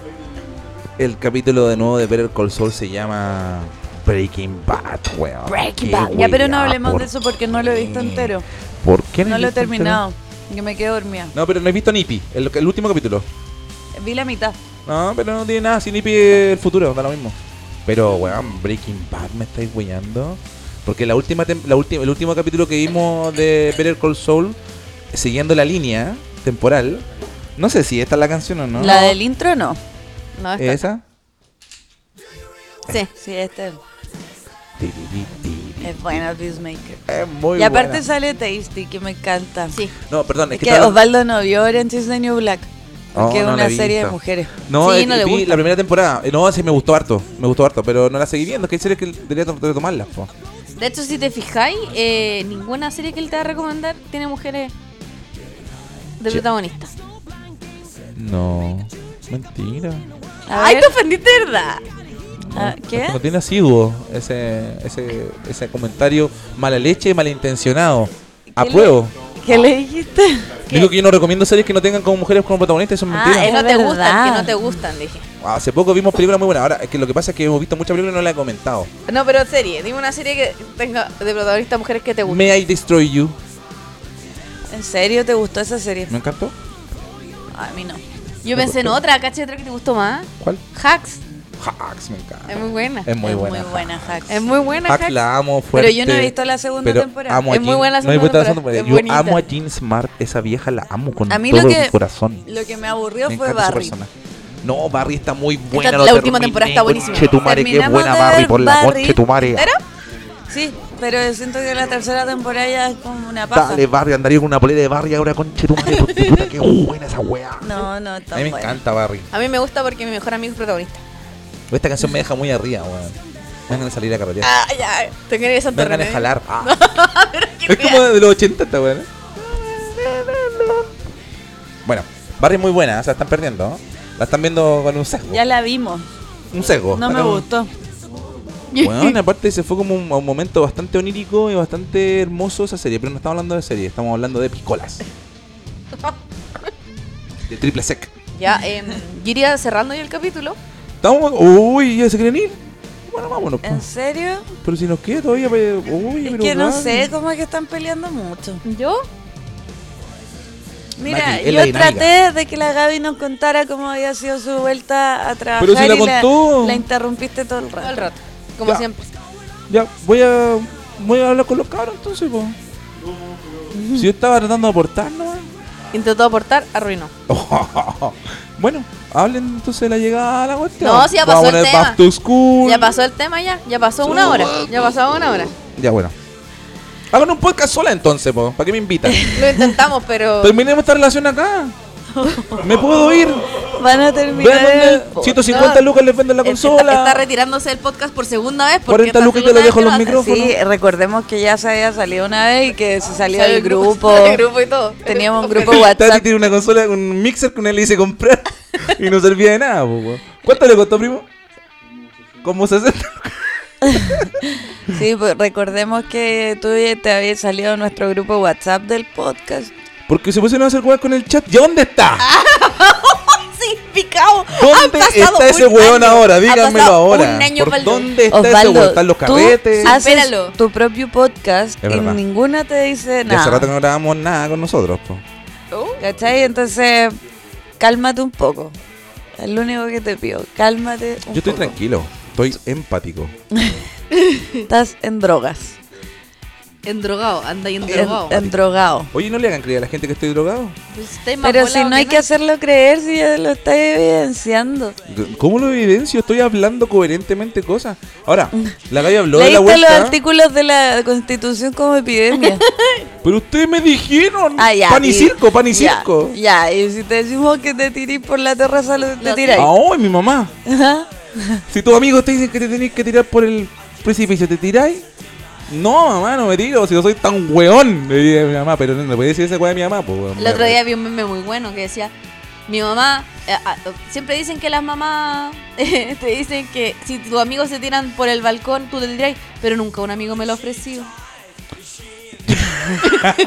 B: El capítulo de nuevo de Better Call Saul se llama Breaking Bad, weón. Qué
D: Ya, pero no
B: weá,
D: hablemos
B: ¿por
D: de eso porque no lo he visto
B: qué?
D: entero.
B: ¿Por qué
D: No
B: has
D: lo he
B: visto entero?
D: terminado. Yo me quedé dormida.
B: No, pero no he visto Nippy, el, el último capítulo.
D: Vi la mitad.
B: No, pero no tiene nada. Sin Nippy es el futuro, da lo mismo. Pero, weón, Breaking Bad me estáis weyando. Porque la última tem- la ulti- el último capítulo que vimos de Better Call Saul, siguiendo la línea temporal, no sé si esta es la canción o no.
D: La del intro no.
C: No, está-
B: ¿Esa?
C: Sí.
D: Sí, este es buena Peacemaker.
B: Es muy
D: y aparte
B: buena.
D: sale Tasty, que me encanta.
C: Sí.
B: No, perdón,
D: Es
B: es
D: que,
B: que estaba-
D: Osvaldo no vio Orange is the New Black.
B: Oh,
D: Porque es
B: no la
D: una
B: he
D: serie de
B: visto.
D: mujeres.
B: No,
C: Sí,
B: eh,
C: no le
B: vi
C: gusta.
B: la primera temporada. Eh, No, sí, me gustó harto. Me gustó harto, pero no la seguí viendo. Es que hay series que debería to- retomarlas, po.
C: De hecho, si te fijáis, eh, ninguna serie que él te va a recomendar tiene mujeres de
B: Sí.
C: protagonistas.
B: No. Mentira.
D: A
C: Ay,
D: ver,
C: te ofendiste, de ¿verdad?
D: ah, ¿Qué?
B: No tiene asiduo ese, ese, ese comentario mala leche y malintencionado. Apruebo.
D: ¿Qué le dijiste?
B: Digo que yo no recomiendo series que no tengan como mujeres como protagonistas, eso es
D: Ah,
B: mentira.
C: Que
D: Es
C: no te
D: verdad.
C: gustan, que no te gustan, dije.
B: Hace poco vimos películas muy buenas. Ahora, es que lo que pasa es que hemos visto muchas películas y no las he comentado.
C: No, pero serie. Dime una serie que tenga de protagonistas mujeres que te gusten.
B: May I Destroy You.
D: ¿En serio te gustó esa serie?
B: ¿Me encantó?
D: A mí no.
C: Yo pensé en otra, ¿cachai? Otra que te gustó más.
B: ¿Cuál?
C: Hacks.
B: Hacks, me encanta.
C: Es muy buena.
B: Es muy
D: es
B: buena.
D: muy buena, Hacks.
C: Es muy buena,
B: Hack
C: Hacks.
B: Em- la amo fuerte.
D: Pero yo no he visto la segunda
B: pero
D: temporada.
B: amo a
C: Es muy
B: Jean-
C: buena la
B: no he
C: segunda
B: visto la
C: temporada,
B: segunda
C: es
B: temporada. Yo
C: bonita.
B: amo a Jean Smart, esa vieja la amo con
D: A mí
B: todo
D: lo que-
B: mi corazón.
D: Lo que me aburrió
B: Me
D: fue
B: encanta su
D: Barry.
B: personaje. No, Barry está muy buena.
C: la última temporada está buenísima.
B: Che tu madre, qué
D: Terminamos
B: buena
D: de
B: Barry
D: ver
B: por la
D: Barry.
B: conche tu madre.
D: Sí, pero siento que la tercera temporada ya es como una paja.
F: Dale, barrio, andaría con una polera de barrio ahora con chetumare, puta, qué buena esa weá.
D: No, no, está
B: A mí me
D: buena.
B: encanta Barry.
C: A mí me gusta porque mi mejor amigo es protagonista.
B: Esta canción me deja muy arriba, weón. Me van a salir a carretear.
C: Ah, ya. Te quiero ir a Santa
B: Me van a
C: René.
B: jalar. Ah.
C: Pero qué
B: Es como de los 80 esta weá. ¿no? Bueno, Barry es muy buena, o sea, están perdiendo. ¿no? La están viendo con un sesgo.
D: Ya la vimos.
B: Un sesgo.
D: No me
B: Acá un-
D: gustó.
B: Bueno, aparte se fue como un, a un momento bastante onírico y bastante hermoso esa serie, pero no estamos hablando de serie, estamos hablando de picolas. De triple sec.
C: Ya, em, yo iría cerrando ya el capítulo.
B: Estamos. Uy, ya se quieren ir. Bueno, vámonos. pues. po.
D: ¿En serio?
B: Pero si nos queda todavía, pe- uy,
D: Es
B: pero
D: que no
B: dale.
D: sé, como es que están peleando mucho.
C: ¿Yo?
D: Mira,
B: Mati, es la
D: yo
B: dinámica.
D: traté de que la Gaby nos contara cómo había sido su vuelta a trabajar
B: Pero si la
D: y la,
B: contó.
D: la interrumpiste todo el rato.
C: Todo el rato. Como
B: Ya.
C: siempre.
B: Ya, voy a. Voy a hablar con los cabros entonces, po. Si yo estaba tratando de aportar, ¿no?
C: Intentó aportar, arruinó.
B: Bueno, hablen entonces de la llegada a la cuestión.
C: No, si ya pasó
B: Vamos
C: el
B: a poner
C: tema.
B: Back to School.
C: Ya pasó el tema ya. Ya pasó una hora. Ya pasó una hora.
B: Ya, bueno. Hagan un podcast sola entonces, po. ¿Para qué me invitan?
C: Lo intentamos, pero.
B: Terminemos esta relación acá. Me puedo ir.
D: Van a terminar.
B: Vean
D: el-
B: dónde 150
C: eh, No.
B: lucas les venden la
C: Está-
B: consola.
C: Está, retirándose el podcast por segunda vez.
B: 40 lucas y te lo dejo los
C: micrófonos.
B: micrófonos.
D: Ah, Sí, recordemos que ya se había salido una vez y que se salió
C: Sale el
D: del
C: grupo,
D: grupo.
C: sale el grupo y todo.
D: Teníamos un
C: Pero-
D: grupo
B: Tati
D: WhatsApp.
B: tiene una consola, un mixer que una le hice comprar y no servía de nada, po, po. ¿Cuánto le costó, primo? Como 60.
D: Sí, pues recordemos que tú y- te había salido nuestro grupo WhatsApp del podcast.
B: Porque se pusieron a hacer jugar con el chat. ¿Y dónde está?
D: Ah,
C: Sí, picado.
B: ¿Dónde
C: Ha pasado
B: está ese
C: un
B: weón
C: año.
B: ahora?
C: Ha
B: Díganmelo
C: pasado
B: ahora.
C: Un año
B: ¿Por
C: pa'l-
B: ¿Dónde está ese
D: Osvaldo,
B: weón? ¿Están los
D: tú
B: carretes?
D: haces
C: Supéralo.
D: tu propio podcast
B: Es
D: y
B: verdad.
D: ninguna te dice
B: Ya hace rato que
D: nada.
B: no grabamos nada con nosotros, po.
C: Oh,
D: ¿Cachai? Entonces, cálmate un poco. Es lo único que te pido. Cálmate un
B: Yo estoy
D: poco.
B: tranquilo, estoy empático.
D: Estás en drogas.
C: Endrogado, anda ahí
D: En,
C: endrogado.
D: en drogado.
B: Oye, no le hagan creer a la gente que estoy drogado.
C: Pues estáis más
D: Pero si
C: volados
D: no hay que hacerlo creer, si ya lo estás evidenciando.
B: ¿Cómo lo evidencio? Estoy hablando coherentemente cosas. Ahora, la Gaby habló de la
D: Leíste los
B: vuelta.
D: artículos de la Constitución como epidemia.
B: Pero ustedes me dijeron.
D: Ah, ya.
B: pan y, circo, pan y
D: ya,
B: circo.
D: Ya, y si te decimos que te tirís por la terraza, lo- te
C: Lo-
D: tiráis.
B: Ah, hoy mi mamá. Si tus amigos te dicen que te tenés que tirar por el precipicio, ¿te tiráis? No, mamá, no me tiro. Si no soy tan weón, me diría mi mamá. Pero no, no podía decir esa weá a mi mamá. Pues, weón.
C: El otro día vi un meme muy bueno que decía, mi mamá, eh, ah, siempre dicen que las mamás eh, te dicen que si tus amigos se tiran por el balcón, tú te tiras, pero nunca un amigo me lo ha ofrecido.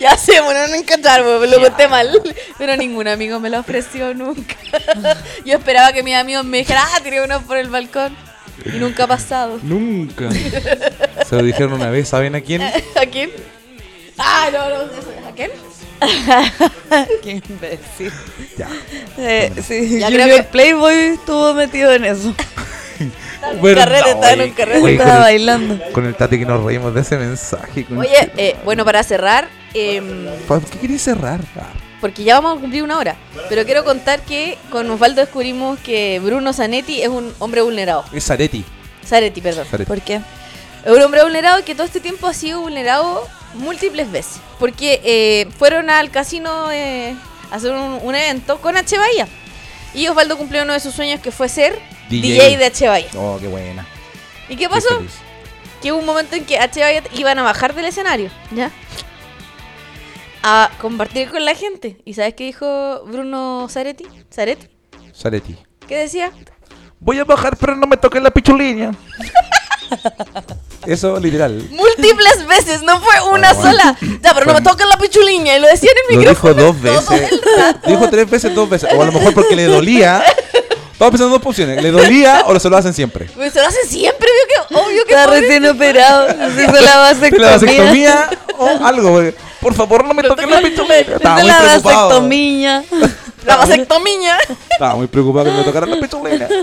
C: ya sé, bueno, no encantar, bo, lo conté mal, pero ningún amigo me lo ofreció nunca. Yo esperaba que mis amigos me dijeran, ah, tiré uno por el balcón. Y nunca ha pasado.
B: Nunca. Se lo dijeron una vez, ¿saben a quién?
C: ¿A quién? Ah, no, no, ¿a quién?
D: Qué imbécil.
B: Ya.
D: Eh, sí,
C: Ya
D: Junior
C: creo que-
D: Playboy estuvo metido en eso.
C: carrete, está en un
B: oye,
C: carrete.
B: oye, con
D: Estaba
B: el-
D: bailando.
B: Con el tate que nos reímos de ese mensaje. con-
C: Oye, eh, bueno, para cerrar, em,
B: Pa- ¿Por qué querías cerrar? Ah,
C: porque ya vamos a cumplir una hora, pero quiero contar que con Osvaldo descubrimos que Bruno Zanetti es un hombre vulnerado.
B: es Areti.
C: Zanetti, perdón.
D: ¿Por qué?
C: Es un hombre vulnerado que todo este tiempo ha sido vulnerado múltiples veces. Porque eh, fueron al casino eh, a hacer un, un evento con H. Bahía. Y Osvaldo cumplió uno de sus sueños que fue ser
B: DJ.
C: DJ, de H. Bahía.
B: Oh, qué buena.
C: ¿Y qué
B: Qué
C: pasó?
B: feliz.
C: que hubo un momento en que H. Bayat iban a bajar del escenario, ¿ya? A compartir con la gente. ¿Y sabes qué dijo Bruno Zaretti? ¿Zaret?
B: Sareti.
C: ¿Qué decía?
F: Voy a bajar, pero no me toquen la pichulina.
B: Eso literal.
C: Múltiples veces, no fue una
B: Ah, bueno.
C: sola. Ya, pero no me toquen la pichuliña. Y lo decía en el
B: Lo
C: micrófono.
B: dijo dos veces. Dijo tres veces, dos veces. O a lo mejor porque le dolía. Estaba pensando en dos opciones. ¿Le dolía o se lo hacen siempre?
C: Pero se lo hace siempre, vio que obvio que
D: Estaba
C: pobre.
D: recién operado. Se hizo la
B: ¿La
D: vasectomía.
B: vasectomía o algo? porque, Por favor, no me toquen la pichulina. Estaba
D: Se
B: muy
D: la
B: preocupado.
D: vasectomía.
C: la vasectomía.
B: Estaba muy preocupado que me tocaran la pichulina.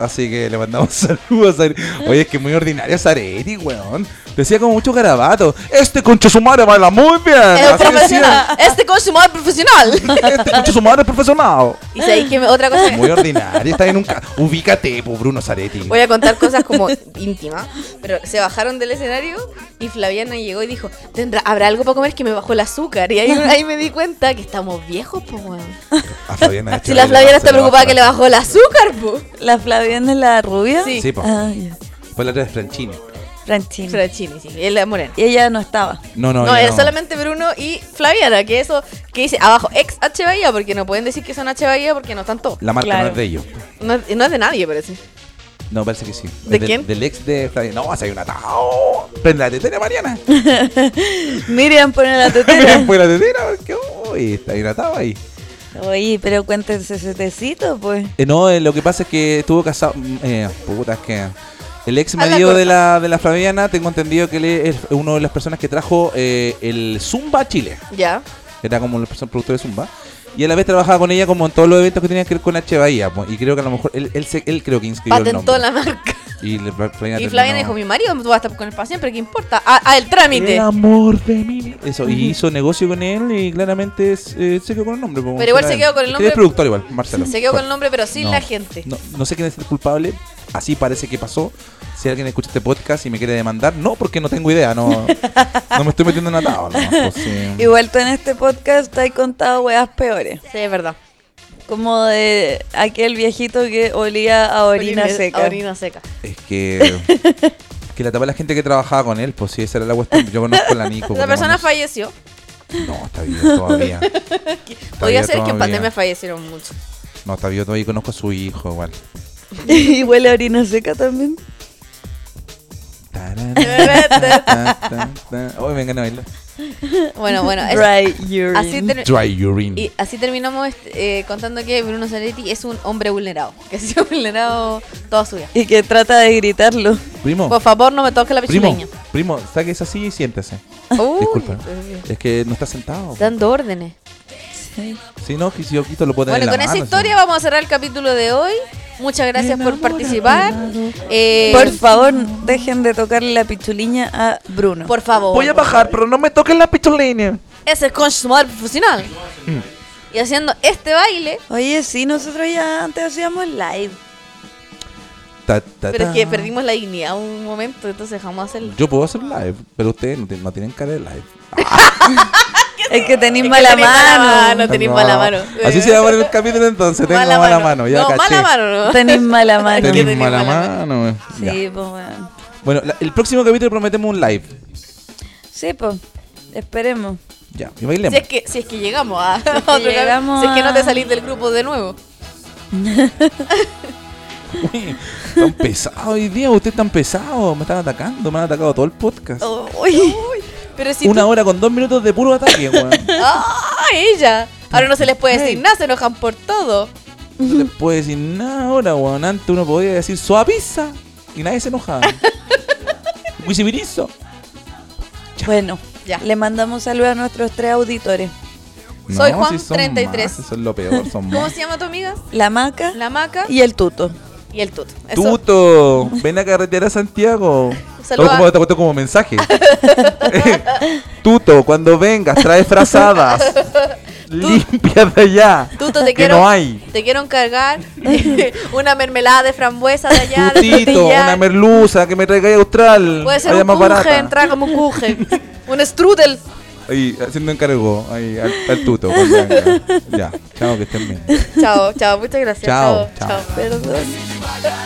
B: Así que le mandamos saludos a Sareti. Oye, es que muy ordinario Sareti, weón. Decía como mucho garabato. Este concha su madre baila muy bien.
C: Es
B: Así
C: profesional.
B: decía.
C: Este consumador profesional.
B: Este concha su madre es profesional.
C: y sabéis que me- otra cosa.
B: Muy ordinaria. Está en un. ca- Ubícate, po, Bruno Zaretti.
C: Voy a contar cosas como íntimas, pero se bajaron del escenario y Flaviana llegó y dijo, ¿Tendrá, ¿habrá algo para comer que me bajó el azúcar? Y ahí, ahí me di cuenta que estamos viejos, po, weón.
B: A este Flaviana.
C: Si la Flaviana está preocupada que le bajó el azúcar, po.
D: ¿La Flaviana es la rubia?
C: Sí.
B: Sí, po.
D: Ah, ya.
B: Fue la otra vez Franchini.
D: Franchini.
C: Franchini, sí, es la morena.
D: Y ella no estaba.
B: No, no,
C: No,
B: yo
C: era
B: no.
C: solamente Bruno y Flaviana, que eso, que dice abajo, ex H Bahía, porque no pueden decir que son H Bahía porque no están todos.
B: La marca
D: Claro.
B: no es de ellos.
C: No, es- no es de nadie, parece.
B: No, parece que sí.
C: ¿De
B: Es del-
C: quién?
B: Del ex de Flaviana. No, si hay un atado. Prende la tetera, Mariana.
D: Miriam pone la tetera.
B: Miren, pues la tetera. Porque, uy, está ahí un atado ahí.
D: Oye, pero cuéntense ese tecito, pues.
B: Eh, no, eh, lo que pasa es que estuvo casado. mm, Eh, puta, es que. El ex
C: Habla
B: marido
C: corta.
B: de la, de la Flaviana, tengo entendido que él es una de las personas que trajo eh, el Zumba a Chile.
C: Ya.
B: Era como el perso- productor de Zumba. Y a la vez trabajaba con ella como en todos los eventos que tenían que ver con H. Bahía. po, Y creo que a lo mejor él, él, se- él creo que inscribió el
C: Patentó
B: nombre.
C: la marca.
B: Y, le- Flaviana
C: Y Flaviana dijo,
B: terminó-
C: mi marido, tú vas a estar con el paciente, pero ¿qué importa? Ah, ah, el trámite.
B: El amor de mi vida. Eso, y hizo negocio con él y claramente es, eh, se quedó con el nombre. po,
C: Pero igual
B: era
C: se
B: él.
C: quedó con
B: Es
C: el
B: que
C: nombre.
B: Es productor igual, Marcelo.
C: Se quedó con el nombre, pero sin
B: No,
C: la gente.
B: No, no sé quién es el culpable. Así parece que pasó. Si alguien escucha este podcast y me quiere demandar, no, porque no tengo idea. No, no me estoy metiendo en atado. No, pues, sí.
D: Igual tú en este podcast has contado weas peores.
C: Sí, es verdad.
D: Como de aquel viejito que olía a orina seca.
C: a Orina seca.
B: Es que. Que la tapa la gente que trabajaba con él, pues sí, esa era la cuestión. Yo conozco a la Nico.
C: La
B: tenemos-
C: persona falleció.
B: No, está vivo todavía. Está
C: Podría
B: vivo
C: ser que en
B: todavía.
C: pandemia fallecieron mucho.
B: No, está vivo todavía y conozco a su hijo igual.
D: y huele a orina seca también.
B: Tarán, ta, ta, ta. Hoy me encanta bailar.
C: bueno, bueno. es-
D: Dry urine.
C: así, ter-
B: Dry urine.
C: y así terminamos este, eh, contando que Bruno Zanetti es un hombre vulnerado. Que ha sido vulnerado toda su vida.
D: y que trata de gritarlo.
B: Primo,
C: Por favor, no me toques la
B: primo,
C: pichileña.
B: primo, saque esa silla y siéntese.
C: Uy,
B: Disculpa.
C: eh,
B: Es que no está sentado.
C: Dando órdenes.
B: Si no, que si yo quito lo puedo tener
C: Bueno,
B: en
C: con
B: la
C: esa
B: mano,
C: historia
B: sí.
C: vamos a cerrar el capítulo de hoy. Muchas gracias por participar. Eh,
D: Por favor, dejen de tocarle la pichuliña a Bruno.
C: por favor.
F: Voy a bajar, pero no me toquen la pistolina.
C: es el consumador profesional.
B: Mm.
C: Y haciendo este baile.
D: Oye, sí, nosotros ya antes hacíamos live.
B: Ta, ta,
C: Pero es
B: ta.
C: que perdimos la dignidad un momento, entonces dejamos hacerlo.
B: Yo puedo hacer live, pero ustedes no, ti- no tienen cara de live.
D: Es que tenéis
C: Es que
D: mala
C: tenéis mala
D: mano.
C: mano. No tenéis mala mano.
B: Así se llama el capítulo entonces. Tengo mala, mano. Ya
C: no,
B: caché.
C: mala mano, no.
D: Tenéis mala mano.
B: Tenéis
C: que tenéis
B: mala
C: mala
B: mano. eh. Ya.
D: Sí, pues bueno.
B: Bueno, la- el próximo capítulo prometemos un live.
D: Sí, pues. Esperemos.
B: Ya, y bailemos.
C: Si es que, si es que llegamos a
D: es que
C: otro
D: llegamos
C: Si es que no te
D: a-
C: salís del grupo de nuevo.
B: Uy, tan pesado hoy día, ustedes tan pesados. Me están atacando, me han atacado todo el podcast.
D: Uy.
C: Pero Oh, si
B: Una hora con dos minutos de puro ataque, weón.
C: tú... ¡Ah, ella! Ahora no se les puede decir nada, se enojan por todo.
B: No les puedo decir nada ahora, weón. Antes uno podía decir suaviza y nadie se enojaba. Wisibirizo.
D: Bueno,
C: Ya.
D: le mandamos saludos a nuestros tres auditores.
C: Soy
B: No,
C: Juan,
B: si son
C: 33.
B: más, eso es lo peor, son
C: ¿Cómo
B: más.
C: se llama tu amiga?
D: La Maca
C: La maca
D: y el Tuto.
C: y el tuto. Eso.
B: Tuto, ven a carretera a Santiago.
C: Saluda.
B: Todo como, te puesto como mensaje. Tuto, cuando vengas, trae frazadas. Limpia de allá.
C: Tuto, te
B: que
C: quiero,
B: no hay.
C: te quiero encargar una mermelada de frambuesa de allá, de
B: Tutito,
C: frutillar.
B: una merluza que me traiga de Austral.
C: Puede ser
B: allá
C: un
B: más
C: kuje,
B: barata.
C: entrar como un kuje. un strudel.
B: Ahí, haciendo encargo ahí, al, al tuto. cuando venga. ya, chao, que estén bien.
C: Chao, chao, muchas gracias.
B: Chao,
C: chao.
B: chao.
C: chao.
D: Perdón.